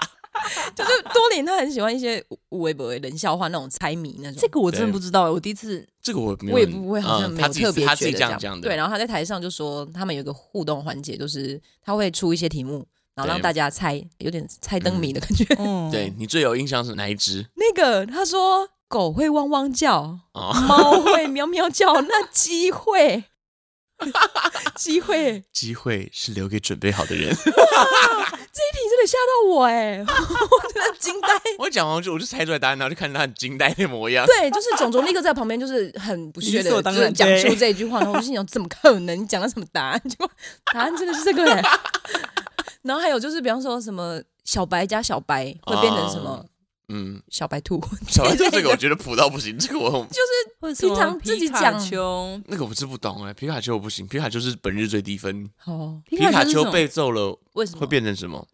Speaker 1: 就是多年他很喜欢一些无微不微冷笑话那种猜谜那种。
Speaker 3: 这个我真的
Speaker 2: 对
Speaker 3: 不知道、我第一次
Speaker 2: 这个我没有
Speaker 1: 我也不会，好像
Speaker 2: 嗯
Speaker 1: 没
Speaker 2: 他
Speaker 1: 有
Speaker 2: 自己
Speaker 1: 特别
Speaker 2: 他自
Speaker 1: 觉
Speaker 2: 己
Speaker 1: 得
Speaker 2: 这
Speaker 1: 这
Speaker 2: 样
Speaker 1: 样
Speaker 2: 讲的，
Speaker 1: 对，然后他在台上就说，他们有一个互动环节，就是他会出一些题目，然后让
Speaker 2: 对
Speaker 1: 大家猜，有点猜灯谜的感觉。
Speaker 3: 嗯，
Speaker 2: 对你最有印象是哪一只？
Speaker 1: 那个他说狗会汪汪叫，
Speaker 2: 哦
Speaker 1: 猫会喵喵叫，那鸡会，鸡会，
Speaker 2: 机会是留给准备好 的
Speaker 1: 这
Speaker 2: 人。
Speaker 1: 一题真的吓到我哎、我真的惊呆。
Speaker 2: 我讲完就我就猜出来答案，然后就看他很惊呆的模样。
Speaker 1: 对，就是种种立刻在旁边，就是很不屑
Speaker 3: 理
Speaker 1: 的，
Speaker 3: 所
Speaker 1: 就
Speaker 3: 当
Speaker 1: 是
Speaker 3: 然
Speaker 1: 讲
Speaker 3: 对
Speaker 1: 出这一句话，然后我就心想：怎么可能？你讲了什么答案？结果答案真的是这个、欸。然后还有就是，比方说什么小白加小白会变成什么
Speaker 2: 啊 嗯，
Speaker 1: 小白兔，
Speaker 2: 小白兔这个我觉得普到不行，这个我
Speaker 3: 或者什么
Speaker 1: 平常自己
Speaker 3: 皮卡
Speaker 1: 讲
Speaker 3: 丘
Speaker 2: 那个我是不懂哎、皮卡丘我不行，皮卡丘是本日最低分。
Speaker 1: 哦，
Speaker 3: 皮
Speaker 2: 皮卡
Speaker 3: 是什
Speaker 2: 丘
Speaker 3: 么
Speaker 2: 被揍了
Speaker 1: 为什么
Speaker 2: 会？变成什么？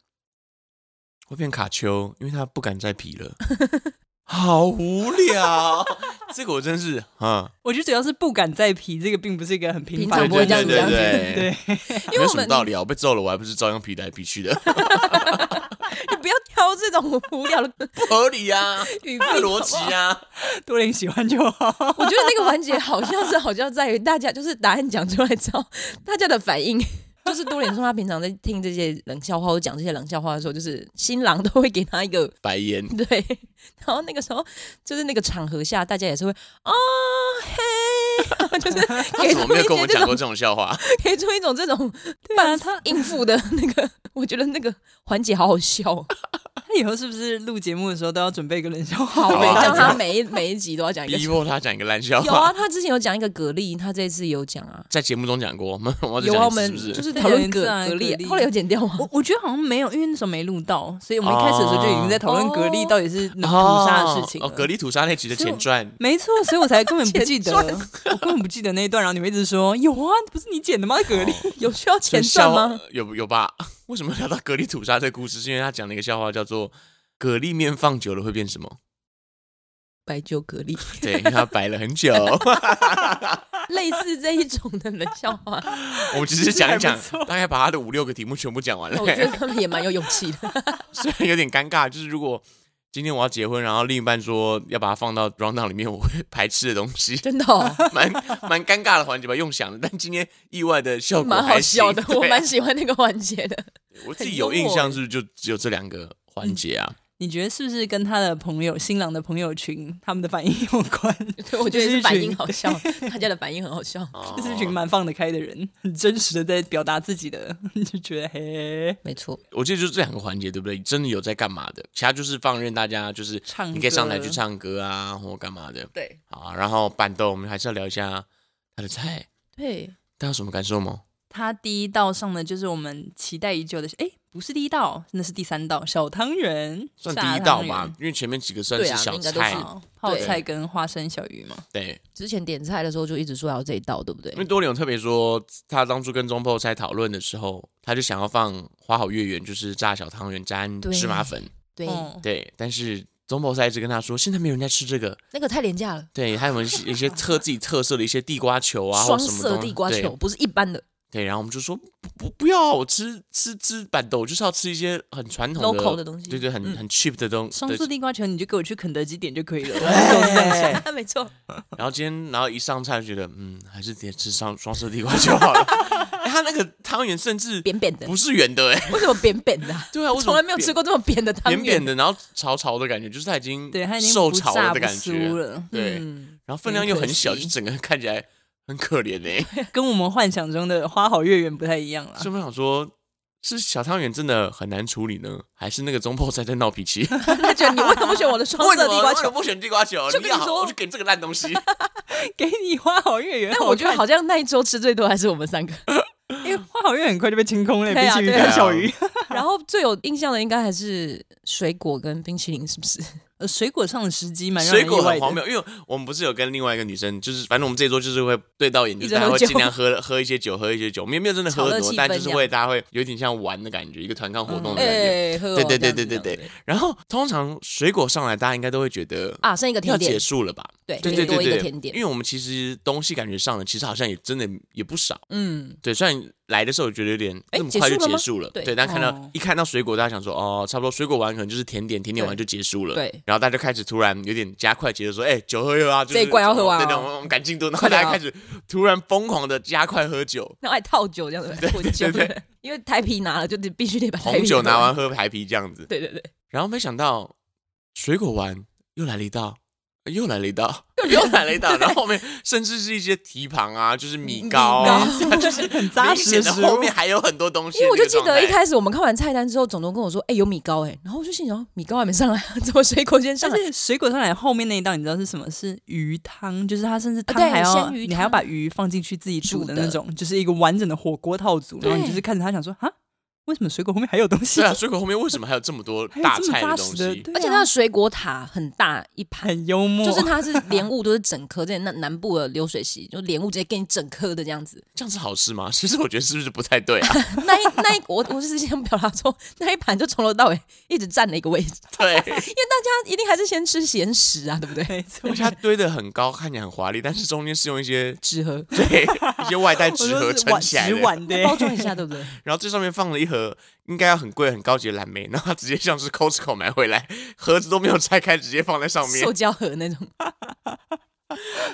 Speaker 2: 会变卡丘，因为他不敢再皮了。好无聊，这个我真是 啊，
Speaker 3: 我觉得主要是不敢再皮，这个并不是一个很平
Speaker 1: 平
Speaker 3: 凡
Speaker 1: 常
Speaker 3: 的
Speaker 2: 对
Speaker 1: 不会
Speaker 2: 对
Speaker 1: 这样子
Speaker 2: 对对
Speaker 1: 这样
Speaker 2: 对，
Speaker 3: 对，
Speaker 1: 因
Speaker 2: 没
Speaker 1: 为
Speaker 2: 有
Speaker 1: 我
Speaker 2: 什么
Speaker 1: 们
Speaker 2: 道理啊！我被揍了，我还不是照样皮来皮去的，
Speaker 1: 你 不要挑这种无聊的
Speaker 2: 不合理 啊，
Speaker 1: 语病
Speaker 2: 没有逻辑
Speaker 1: 好不好
Speaker 2: 啊。
Speaker 3: 多林喜欢就好。
Speaker 1: 我觉得那个环节好像是好像在于大家就是答案讲出来之后，大家的反应。 就是多脸说他平常在听这些冷笑话或者讲这些冷笑话的时候，就是新郎都会给他一个
Speaker 2: 白眼，
Speaker 1: 对，然后那个时候就是那个场合下，大家也是会啊嘿， 就是 给
Speaker 2: 怎么没有跟
Speaker 1: 出一些
Speaker 2: 我们
Speaker 1: 这
Speaker 2: 讲过
Speaker 1: 种
Speaker 2: 这种笑话？
Speaker 1: 给出一种这种
Speaker 3: 对啊，他
Speaker 1: 应付的那个，我觉得那个环节好好笑哦，
Speaker 3: 他以后是不是录节目的时候都要准备一个冷笑话？
Speaker 1: 好
Speaker 2: 啊
Speaker 1: 每
Speaker 2: 好
Speaker 1: 像
Speaker 2: 啊
Speaker 1: 他每一每一集都要讲一个。
Speaker 2: 逼迫他讲一个烂笑
Speaker 1: 有啊，
Speaker 2: 话，
Speaker 1: 他之前有讲一个蛤蜊，他这次有讲啊，
Speaker 2: 在节目中讲过，我们我要再
Speaker 1: 有啊，
Speaker 2: 讲
Speaker 1: 我
Speaker 2: 一次
Speaker 1: 们
Speaker 2: 是不？
Speaker 1: 就是是
Speaker 3: 对
Speaker 1: 讨
Speaker 3: 有
Speaker 1: 论
Speaker 3: 一
Speaker 1: 蛤
Speaker 3: 次啊
Speaker 1: 蛤
Speaker 3: 蛤
Speaker 1: 蜊啊，
Speaker 3: 蜊
Speaker 1: 后来有剪掉吗？
Speaker 3: 我我觉得好像没有，因为那时候没录到，所以我们一开始的时候就已经在讨论
Speaker 1: 哦
Speaker 3: 格力到底是能屠杀的事情了
Speaker 2: 哦，哦，格力屠杀那集的前传，
Speaker 3: 没错，所以我才根本不记 得，
Speaker 1: 前传
Speaker 3: 我根本不记得那一段。然后你们一直说有啊，不是你剪的吗？
Speaker 2: 哦
Speaker 3: 格力，
Speaker 1: 有需要前
Speaker 2: 笑
Speaker 1: 传
Speaker 2: 话呃
Speaker 1: 吗？
Speaker 2: 有有吧？ 为什么聊到格力屠杀这个故事？是因为他讲了一个笑话，叫做“蛤蜊面放久了会变什么
Speaker 1: 白酒蛤蜊，”。
Speaker 2: 对，因为他摆了很久。
Speaker 1: 类似这一种的冷笑话，
Speaker 2: 我们只是讲一讲
Speaker 3: 其实还不错，
Speaker 2: 大概把他的五六个题目全部讲完了。
Speaker 1: 哦我觉得他们也蛮有勇气的。
Speaker 2: 虽然有点尴尬，就是如果今天我要结婚，然后另一半说要把它放到 round down 里面，我会 排斥的东西，
Speaker 1: 真的、哦，
Speaker 2: 蛮蛮尴尬的环节吧，用想的。但今天意外的效 果
Speaker 1: 蛮好
Speaker 2: 还行
Speaker 1: 笑的，
Speaker 2: 对
Speaker 1: 我蛮喜欢那个环节的。 嗯
Speaker 2: 我自己有印象是就只有这两个环节啊，
Speaker 3: 你觉得是不是跟他的朋友、新郎的朋友群他们的反应有关？
Speaker 1: 对，我觉
Speaker 3: 就
Speaker 1: 得
Speaker 3: 是是
Speaker 1: 反
Speaker 3: 群
Speaker 1: 应好笑， 大家的反应很好笑，
Speaker 2: 哦
Speaker 3: 就是一群蛮放得开的人，很真实的在表达自己的， 你就觉得嘿，
Speaker 1: 没错，
Speaker 2: 我记得就是这两个环节，对不对？真的有在干嘛的，其他就是放任大家，就是
Speaker 3: 唱歌
Speaker 2: 你可以上台去唱歌啊，或干嘛的。
Speaker 1: 对
Speaker 2: 好，啊然后板豆，我们还是要聊一下他的菜，
Speaker 1: 对，
Speaker 2: 大家有什么感受吗？
Speaker 3: 他第一道上的就是我们期待已久的，哎，不是第一道，那是第三道小汤圆，
Speaker 2: 算
Speaker 3: 炸
Speaker 2: 第一道
Speaker 3: 汤圆
Speaker 2: 吧，，因为前面几个算
Speaker 1: 对
Speaker 2: 是
Speaker 1: 啊
Speaker 2: 小
Speaker 1: 应该都是
Speaker 2: 菜，
Speaker 3: 哦泡菜跟花生小鱼嘛。
Speaker 2: 对。
Speaker 1: 之前点菜的时候就一直说要这一道，对不对
Speaker 2: 因？为多里有特别说，他当初跟中破在讨论的时候，他就想要放花好月圆，就是炸小汤圆沾
Speaker 1: 对
Speaker 2: 芝麻粉，
Speaker 1: 对，
Speaker 3: 嗯，
Speaker 2: 对。但是中破赛一直跟他说，现在没有人在吃这个，
Speaker 1: 那个太廉价了，
Speaker 2: 对，还有一些一些特自己特色的一些地瓜球啊，或
Speaker 1: 双
Speaker 2: 什么
Speaker 1: 色
Speaker 2: 东西
Speaker 1: 地瓜球，不是一般的
Speaker 2: 对，对。然后我们就说不不不要啊，我吃吃吃板豆，我就是要吃一些很传统的
Speaker 1: local 的东西，
Speaker 2: 对对，很、很 cheap 的东西
Speaker 3: 双。色地瓜球你就给我去肯德基点就可以了，我就是这 样 想。
Speaker 1: 没错，
Speaker 2: 然后今天，然后一上菜就觉得，嗯，还是直接吃双双色地瓜球好了。 哎，他那个汤圆甚至
Speaker 1: 扁扁的，
Speaker 2: 不是圆 的、哎，
Speaker 1: 为什么扁扁的啊？
Speaker 2: 对啊，我
Speaker 1: 我
Speaker 2: 怎
Speaker 1: 从
Speaker 2: 么
Speaker 1: 来没有
Speaker 2: 扁
Speaker 1: 吃过这么扁的汤
Speaker 2: 扁
Speaker 1: 圆，
Speaker 2: 扁的，然后潮潮的感觉，就是它已经
Speaker 3: 对，它已经
Speaker 2: 受
Speaker 3: 不
Speaker 2: 潮
Speaker 3: 炸
Speaker 2: 了的
Speaker 3: 不
Speaker 2: 感觉
Speaker 3: 酥，了，
Speaker 2: 对
Speaker 3: 嗯
Speaker 2: 然后分量又很小，
Speaker 3: 很可
Speaker 2: 就
Speaker 3: 惜
Speaker 2: 整个看起来很可怜哎、
Speaker 3: 跟我们幻想中的花好月圆不太一样啊啦
Speaker 2: 所以。我们想说，是小汤圆真的很难处理呢，还是那个中破菜在闹脾气？
Speaker 1: 他觉得你为什么不选我的双
Speaker 2: 为什
Speaker 1: 色
Speaker 2: 么
Speaker 1: 地瓜
Speaker 2: 为什么
Speaker 1: 球？
Speaker 2: 不选地瓜球？
Speaker 1: 就跟
Speaker 2: 你
Speaker 1: 你
Speaker 2: 要好
Speaker 1: 说
Speaker 2: 我就给你这个烂 东西。
Speaker 3: 给你花好月圆，
Speaker 1: 但我觉得好像那一桌吃最多还是我们三个，
Speaker 3: 看，因为花好月很快就被清空了，
Speaker 1: 对
Speaker 3: 比
Speaker 1: 啊
Speaker 3: 起鱼
Speaker 1: 对啊
Speaker 3: 跟小鱼。
Speaker 1: 然后最有印象的应该还是水果跟冰淇淋，是不是？
Speaker 3: 呃，水果上的时机蛮让
Speaker 2: 水
Speaker 3: 人意
Speaker 2: 果
Speaker 3: 外
Speaker 2: 很
Speaker 3: 的，
Speaker 2: 荒谬，因为我们不是有跟另外一个女生，就是反正我们这一桌就是会对到眼，就
Speaker 1: 一
Speaker 2: 是
Speaker 1: 直
Speaker 2: 大家
Speaker 1: 喝
Speaker 2: 会
Speaker 1: 酒
Speaker 2: 尽量喝喝一些酒，喝一些酒，没有没有真的喝
Speaker 1: 炒
Speaker 2: 很
Speaker 1: 热
Speaker 2: 多
Speaker 1: 气，
Speaker 2: 但
Speaker 1: 氛
Speaker 2: 就是
Speaker 1: 这样
Speaker 2: 会大家会有点像玩的感觉，一个团康活动的感觉。
Speaker 1: 哎，喝哦
Speaker 2: 对对对
Speaker 1: 这样子
Speaker 2: 对对
Speaker 1: 这样子
Speaker 2: 对然后通常水果上来，大家应该都会觉得
Speaker 1: 啊，剩一个
Speaker 2: 要
Speaker 1: 甜
Speaker 2: 结
Speaker 1: 点，
Speaker 2: 束了吧？
Speaker 1: 对
Speaker 2: 对
Speaker 1: 顶
Speaker 2: 对
Speaker 1: 多一
Speaker 2: 对
Speaker 1: 个
Speaker 2: 对
Speaker 1: 甜，点
Speaker 2: 因，为我们其实东西感觉上了，其实好像也真的也不少。
Speaker 1: 嗯，
Speaker 2: 对，虽然来的时候我觉得有点
Speaker 1: 哎
Speaker 2: 那么快就
Speaker 1: 结束了
Speaker 2: 结
Speaker 1: 吗
Speaker 2: 束了，
Speaker 1: 对
Speaker 2: 对，但看到
Speaker 3: 哦
Speaker 2: 一看到水果，大家想说哦，差不多水果完可能就是甜点，甜点完就结束了。
Speaker 1: 对，
Speaker 2: 然后大家开始突然有点加快节奏，说哎，酒喝一喝啊，就是
Speaker 1: 这一罐要喝完哦
Speaker 2: 对对，我们我们 赶进度，然后
Speaker 1: 快点
Speaker 2: 大
Speaker 1: 啊
Speaker 2: 家开始突然疯狂的加快喝酒，
Speaker 1: 然后还套酒这样子混酒
Speaker 2: 对对，
Speaker 1: 因为台啤拿了就得必须得把台啤
Speaker 2: 红酒拿完，喝白啤这样子。
Speaker 1: 对对对，
Speaker 2: 然后没想到水果完又来了一道，呃又来了 一道，又来了一道，然后后面甚至是一些蹄膀啊，就是米糕啊，它 就是
Speaker 3: 很扎
Speaker 2: 明
Speaker 3: 实
Speaker 2: 显的
Speaker 3: 食
Speaker 2: 后
Speaker 3: 物。
Speaker 2: 面还有很多东西。
Speaker 1: 因为我就记
Speaker 2: 那
Speaker 1: 得
Speaker 2: 个
Speaker 1: 一
Speaker 2: 状态
Speaker 1: 开始我们看完菜单之后，总总跟我说，哎，有米糕哎，然后我就心想，米糕还没上来，怎么水果先上
Speaker 3: 但
Speaker 1: 来？
Speaker 3: 是水果上来后面那一道，你知道是什么？是鱼汤，就是它甚至汤
Speaker 1: 对
Speaker 3: 还要
Speaker 1: 鲜鱼汤
Speaker 3: 你还要把鱼放进去自己煮的
Speaker 1: 煮的
Speaker 3: 那种，就是一个完整的火锅套组。
Speaker 1: 对
Speaker 3: 然后你就是看着它想说啊，为什么水果后面还有东西？
Speaker 2: 对啊，水果后面为什么还有这么多
Speaker 3: 还有
Speaker 2: 大
Speaker 3: 这么
Speaker 2: 菜
Speaker 3: 扎
Speaker 2: 东
Speaker 3: 实的
Speaker 2: 西？，
Speaker 3: 对啊
Speaker 1: 而且它的水果塔很大一 盘，
Speaker 3: 很幽默，
Speaker 1: 就是它是莲雾都是整颗，在南南部的流水席，就莲雾直接给你整颗的这样子。
Speaker 2: 这样是好事吗？其实我觉得是不是不太对啊？
Speaker 1: 那一那一我我是想表达说，那一盘就从头到尾一直占了一个位置，
Speaker 2: 对，
Speaker 1: 那一定还是先吃咸食啊，对不对？
Speaker 3: 没错
Speaker 2: 而。且它堆的很高，看起来很华丽，但是中间是用 一些
Speaker 1: 纸盒
Speaker 2: 对一些外带
Speaker 3: 我
Speaker 2: 纸
Speaker 3: 说
Speaker 2: 盒
Speaker 3: 是
Speaker 2: 撑
Speaker 3: 碗
Speaker 2: 起来
Speaker 3: 纸
Speaker 2: 的，
Speaker 3: 碗的，
Speaker 1: 包装一下，对不对？
Speaker 2: 然后最上面放了一盒应该要很贵很高级的蓝莓，然后它直接像是 Costco 买回来，盒子都没有拆开，直接放在上面
Speaker 1: 塑。胶盒那种，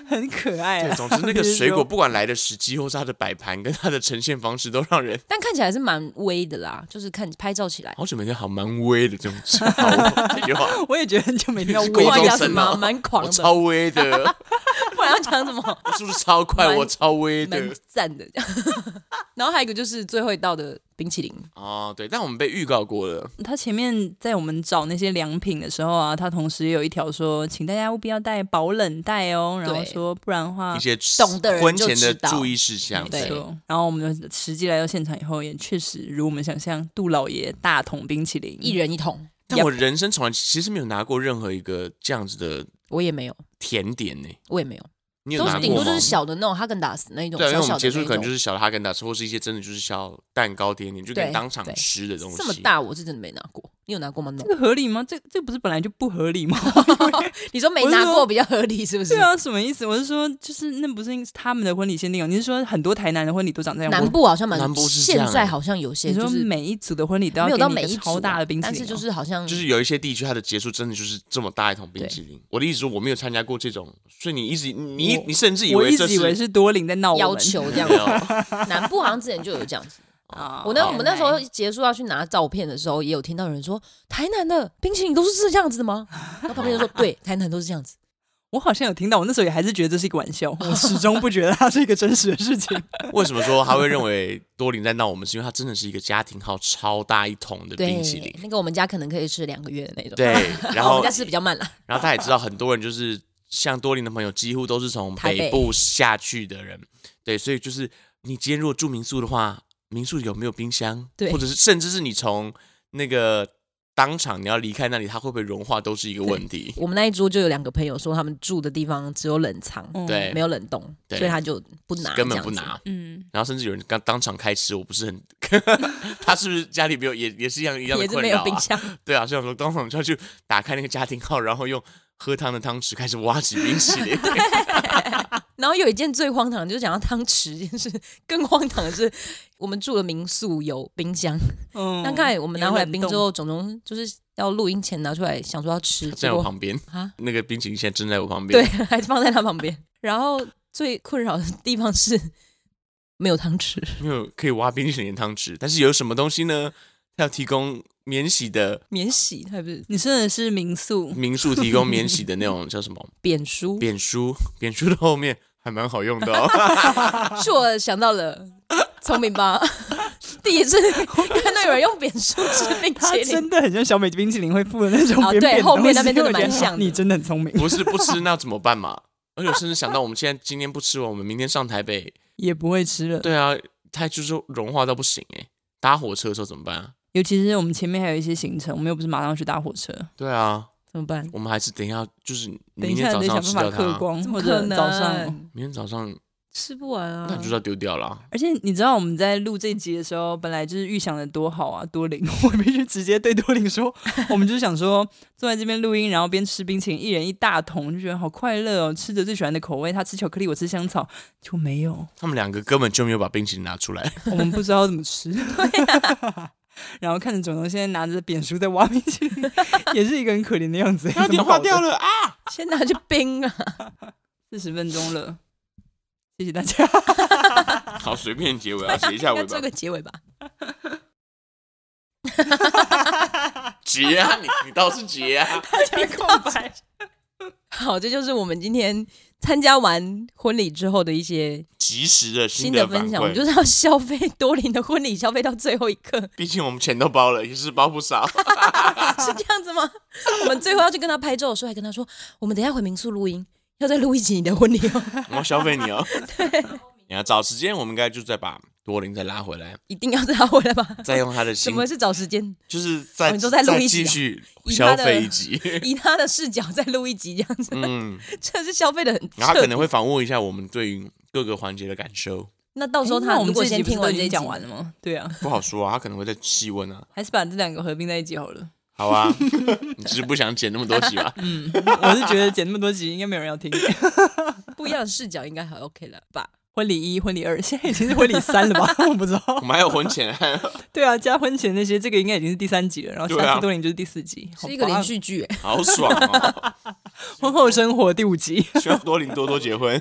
Speaker 3: 很可爱
Speaker 2: 对，
Speaker 3: 啊。
Speaker 2: 总之那个水果不管来的时机，或是它的摆盘跟它的呈现方式，都让人
Speaker 1: 但看起来是蛮微的啦，就是看拍照起来。
Speaker 2: 好久没听到好蛮威的这种 词好这句话，
Speaker 3: 我也觉得很久没听到
Speaker 2: 是
Speaker 3: 微
Speaker 2: 国
Speaker 1: 哇
Speaker 2: 中
Speaker 1: 要
Speaker 2: 生
Speaker 1: 什
Speaker 2: 啊
Speaker 1: 么蛮狂
Speaker 2: 我
Speaker 1: 的，
Speaker 2: 超威的，
Speaker 1: 不然要讲什 么
Speaker 2: 我是不是超快？
Speaker 1: 蛮
Speaker 2: 我超威
Speaker 1: 蛮
Speaker 2: 的。
Speaker 1: 赞的。然后还有一个就是最后一道的冰淇淋，
Speaker 2: 哦，对，但我们被预告过了，
Speaker 3: 他前面在我们找那些良品的时候啊，他同时也有一条说，请大家务必要带保冷袋哦，然后
Speaker 1: 对
Speaker 3: 说不然的话
Speaker 2: 一。些
Speaker 1: 嗯懂的人
Speaker 2: 婚
Speaker 1: 就
Speaker 2: 前的
Speaker 1: 知道
Speaker 2: 注意事项，
Speaker 1: 对
Speaker 3: 没错，然后我们实际来到现场以后，也确实如我们想象，杜老爷大桶冰淇淋，
Speaker 1: 一人一桶，
Speaker 2: 嗯但我人生从来其实没有拿过任何一个这样子的
Speaker 1: 我也没有，
Speaker 2: 甜点呢。
Speaker 1: 我也没有，
Speaker 2: 你有
Speaker 1: 都
Speaker 2: 拿
Speaker 1: 是顶
Speaker 2: 过
Speaker 1: 多就
Speaker 2: 吗
Speaker 1: 是？小的那种哈根达斯那一种
Speaker 2: 对，因为
Speaker 1: 小
Speaker 2: 我
Speaker 1: 小
Speaker 2: 们
Speaker 1: 的
Speaker 2: 结束可
Speaker 1: 那
Speaker 2: 能就
Speaker 1: 种。
Speaker 2: 是小的哈根达斯，或是一些真的就是小蛋糕甜点，就跟
Speaker 1: 对
Speaker 2: 当场
Speaker 1: 对
Speaker 2: 吃的东西。
Speaker 1: 这么，大我是真的没拿过，你有拿 过吗？
Speaker 3: 这
Speaker 1: no
Speaker 3: 个合理吗？这这不是本来就不合 理吗？
Speaker 1: 你说没
Speaker 3: 我是
Speaker 1: 拿
Speaker 3: 说
Speaker 1: 过比较合理是不是
Speaker 3: 对？啊，什么意思？我是说，就是那不是他们的婚礼限定哦，你是说很多台南的婚礼都长这样？
Speaker 1: 南
Speaker 3: 我
Speaker 1: 部好像蛮
Speaker 2: 南部，是这
Speaker 1: 现
Speaker 2: 样
Speaker 1: 在
Speaker 2: 欸
Speaker 1: 好像有些
Speaker 3: 你
Speaker 1: 就
Speaker 3: 说
Speaker 1: 是
Speaker 3: 每一组的婚礼都要
Speaker 1: 没有到
Speaker 3: 给你
Speaker 1: 每
Speaker 3: 一个
Speaker 1: 一组
Speaker 3: 超
Speaker 1: 啊
Speaker 3: 大的冰淇
Speaker 1: 但
Speaker 3: 淋哦，
Speaker 1: 是就是好像
Speaker 2: 就是有一些地区它的结束真的就是这么大一桶冰淇淋。我的意思是，我没有参加过这种，所以你一直你你
Speaker 3: 我
Speaker 2: 你甚至以
Speaker 3: 我
Speaker 2: 为
Speaker 3: 一
Speaker 2: 这
Speaker 3: 直以为
Speaker 2: 是
Speaker 3: 是多林在闹我
Speaker 1: 要
Speaker 3: 们，
Speaker 1: 求这样哦
Speaker 2: 没有 哦
Speaker 1: 子。南部好像之前就有这样子，
Speaker 3: 啊
Speaker 1: 我那我们那时候结束要去拿照片的时候，也有听到有人说台南的冰淇淋都是这样子的吗？然后旁边 人说对，台南都是这样子。
Speaker 3: 我好像有听到，我那时候也还是觉得这是一个玩笑， 我始终不觉得它是一个真实的事情。
Speaker 2: 为什么说他会认为多林在闹我们？是因为他真的是一个家庭号超大一桶的冰淇
Speaker 1: 对
Speaker 2: 淋，。
Speaker 1: 那个我们家可能可以吃两个月的那种。哦
Speaker 2: 对， 然
Speaker 1: 我
Speaker 2: 后
Speaker 1: 们家吃比较慢啦。
Speaker 2: 然后他也知道很多人就是像多林的朋友，几乎都是从
Speaker 1: 台北
Speaker 2: 北部下去的人，对，所以就是你今天如果住民宿的话，民宿有没有冰箱，
Speaker 1: 对
Speaker 2: 或者是甚至是你从那个当场你要离开那里，它会不会融化，都是一个问题。
Speaker 1: 我们那一桌就有两个朋友说，他们住的地方只有冷藏，
Speaker 3: 嗯
Speaker 2: 对
Speaker 1: 没有冷冻，
Speaker 2: 对
Speaker 1: 所以他就不拿，
Speaker 2: 根本不
Speaker 1: 这样子。
Speaker 2: 拿，
Speaker 3: 嗯，
Speaker 2: 然后甚至有人刚当场开吃，我不是很， 他是不是家里没有也也是一样一样的
Speaker 1: 也是
Speaker 2: 困
Speaker 1: 没
Speaker 2: 扰、
Speaker 1: 有
Speaker 2: 啊？
Speaker 1: 冰箱，
Speaker 2: 对啊，所以我说当场就要去打开那个家庭号，然后用喝汤的汤匙开始挖起冰淇 淋。
Speaker 1: 然后有一件最荒唐的，就是讲到汤匙这件事，更荒唐的是，我们住的民宿有冰箱，
Speaker 3: 嗯
Speaker 1: 但刚才我们拿回来冰之
Speaker 3: 有
Speaker 1: 后，种种就是要录音前拿出来，想说要吃，结
Speaker 2: 在我
Speaker 1: 果
Speaker 2: 旁边，
Speaker 1: 啊，
Speaker 2: 那个冰淇淋现在正在我旁边
Speaker 1: 对，。还放在他旁边。然后最困扰的地方是没有汤匙，
Speaker 2: 没有可以挖冰淇淋的汤匙，但是有什么东西呢？它要提供免洗的
Speaker 1: 免洗，它不是
Speaker 3: 你真的是民宿，
Speaker 2: 民宿提供免洗的那种叫什么
Speaker 1: 扁书，
Speaker 2: 扁梳，扁梳的后面还蛮好用的 哦。
Speaker 1: 是我想到了，聪明吧？ 第 一次看到有人用扁书吃冰
Speaker 3: 它
Speaker 1: 淇淋
Speaker 3: 真，的很像小美冰淇淋会附的那种
Speaker 1: 哦
Speaker 3: 扁扁
Speaker 1: 对
Speaker 3: 的
Speaker 1: 后面
Speaker 3: 东西
Speaker 1: 那边真的蛮
Speaker 3: 我觉得
Speaker 1: 像的
Speaker 3: 你真的很聪明，
Speaker 2: 不是不吃那怎么办嘛？而且我甚至想到，我们现在今天不吃完，我们明天上台北，
Speaker 3: 也不会吃了。
Speaker 2: 对啊，它就是融化到不行哎、搭火车的时候怎么办啊？
Speaker 3: 尤其是我们前面还有一些行程，我们又不是马上去搭火车，
Speaker 2: 对啊，
Speaker 1: 怎么办？
Speaker 2: 我们还是等一下，就是
Speaker 3: 等
Speaker 2: 明
Speaker 3: 一
Speaker 2: 天
Speaker 3: 下
Speaker 2: 早
Speaker 3: 得
Speaker 2: 上要
Speaker 3: 想
Speaker 2: 吃
Speaker 3: 办
Speaker 2: 掉
Speaker 3: 法
Speaker 2: 它
Speaker 3: 嗑
Speaker 2: 啊。
Speaker 3: 光，
Speaker 1: 怎么
Speaker 3: 或
Speaker 1: 可
Speaker 3: 者
Speaker 1: 能
Speaker 3: 早上。
Speaker 2: 明天早上
Speaker 1: 吃不完啊
Speaker 2: 那就是要丢掉了。
Speaker 3: 而且你知道我们在录这一集的时候，本来就是预想的多好啊，多林，我必须直接对多林 说，我们就是想说坐在这边录音，然后边吃冰淇淋，一人一大桶，就觉得好快乐哦，吃着最喜欢的口味，他吃巧克力，我吃香草，就没有，
Speaker 2: 他们两个根本就没有把冰淇淋拿出来。
Speaker 3: 我们不知道怎么吃。啊然后看着总总现在拿着扁梳在挖冰淇淋，也是一个很可怜的样 子。
Speaker 2: 它融化掉
Speaker 3: 了，
Speaker 2: 了啊！
Speaker 1: 先拿去冰啊！
Speaker 3: 四十分钟了，谢谢大家。
Speaker 2: 好，随便结尾啊，写一下尾
Speaker 1: 要
Speaker 2: 巴
Speaker 1: 这，个结尾吧。
Speaker 2: 结啊，你你倒是结啊！
Speaker 1: 空白。好，这就是我们今天参加完婚礼之后的一些
Speaker 2: 及时的
Speaker 1: 新
Speaker 2: 的
Speaker 1: 的
Speaker 2: 反
Speaker 1: 分享。我们
Speaker 2: 馈，
Speaker 1: 就是要消费多林的婚礼，消费到最后一 刻，
Speaker 2: 毕竟我们钱都包了，也是包 不少。
Speaker 1: 是这样子吗？我们最后要去跟他拍照的时候，还跟他说，我们等一下回民宿录音，要再录一集你的婚礼哦，
Speaker 2: 我要消费你哦。你要找时间，我们应该就再把多林再拉回来，
Speaker 1: 一定要再拉回来吧。
Speaker 2: 再用他的
Speaker 1: 什
Speaker 2: 心，
Speaker 1: 么是找时间？
Speaker 2: 就是再
Speaker 1: 哦你说再录一集
Speaker 2: 继
Speaker 1: 啊
Speaker 2: 续
Speaker 1: 以
Speaker 2: 消
Speaker 1: 他的
Speaker 2: 费一 集。
Speaker 1: 以他的视角再录一集，这样子，
Speaker 2: 嗯，
Speaker 1: 这是消费的很彻底。
Speaker 2: 然后他可能会访问一下我们对于各个环节的感受，
Speaker 1: 那到时候
Speaker 3: 哎诶那
Speaker 1: 他
Speaker 3: 我
Speaker 1: 如
Speaker 3: 们
Speaker 1: 果
Speaker 3: 这一
Speaker 1: 先
Speaker 3: 集不是都
Speaker 1: 听完
Speaker 3: 已
Speaker 1: 这一
Speaker 3: 经
Speaker 1: 集
Speaker 3: 讲完了吗？对 啊，
Speaker 2: 不好说啊，他可能会再细问啊。
Speaker 3: 还是把这两个合并在一起好了。
Speaker 2: 好啊，你只是不想剪那么多集吧？
Speaker 3: 嗯，我是觉得剪那么多集应该没有人要听。
Speaker 1: 不一样的视角应该还 OK 了吧？
Speaker 3: 婚礼一、婚礼二，现在已经是婚礼三了 吧？我不知
Speaker 2: 我
Speaker 3: 道。
Speaker 2: 们还有婚前，
Speaker 3: 对啊，加婚前那些，这个应该已经是第三集了，然后
Speaker 2: 对
Speaker 3: 下
Speaker 2: 啊
Speaker 3: 次多林就是第四集，好
Speaker 1: 是一个连
Speaker 3: 棒
Speaker 1: 续剧、欸，
Speaker 2: 好 爽哦！
Speaker 3: 婚后生活第五集，
Speaker 2: 希望多林多多结婚。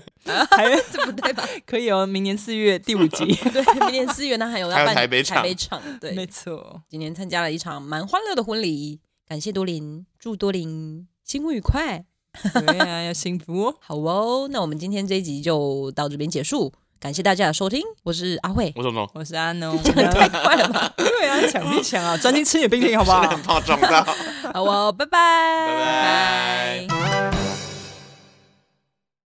Speaker 3: 还
Speaker 1: 这不对吧？
Speaker 3: 可以哦，明年四月第五 集。
Speaker 1: 对，明年四月呢还有要
Speaker 2: 还有
Speaker 1: 办
Speaker 2: 台北场
Speaker 1: 台北场，对，
Speaker 3: 没错，
Speaker 1: 今天参加了一场蛮欢乐的婚礼，感谢多林，祝多林新婚愉快。
Speaker 3: 对啊，要幸福哦。
Speaker 1: 好哦，那我们今天这一集就到这边结束，感谢大家的收听，我是阿 慧，
Speaker 2: 我总总
Speaker 3: 我是安农，
Speaker 1: 太快了 吧？
Speaker 3: 对啊，抢必抢 啊，专心吃点冰淇淋好不
Speaker 2: 真的
Speaker 3: 好
Speaker 2: 很？怕撞到。
Speaker 1: 好哦，拜拜，
Speaker 2: 拜拜
Speaker 1: 拜。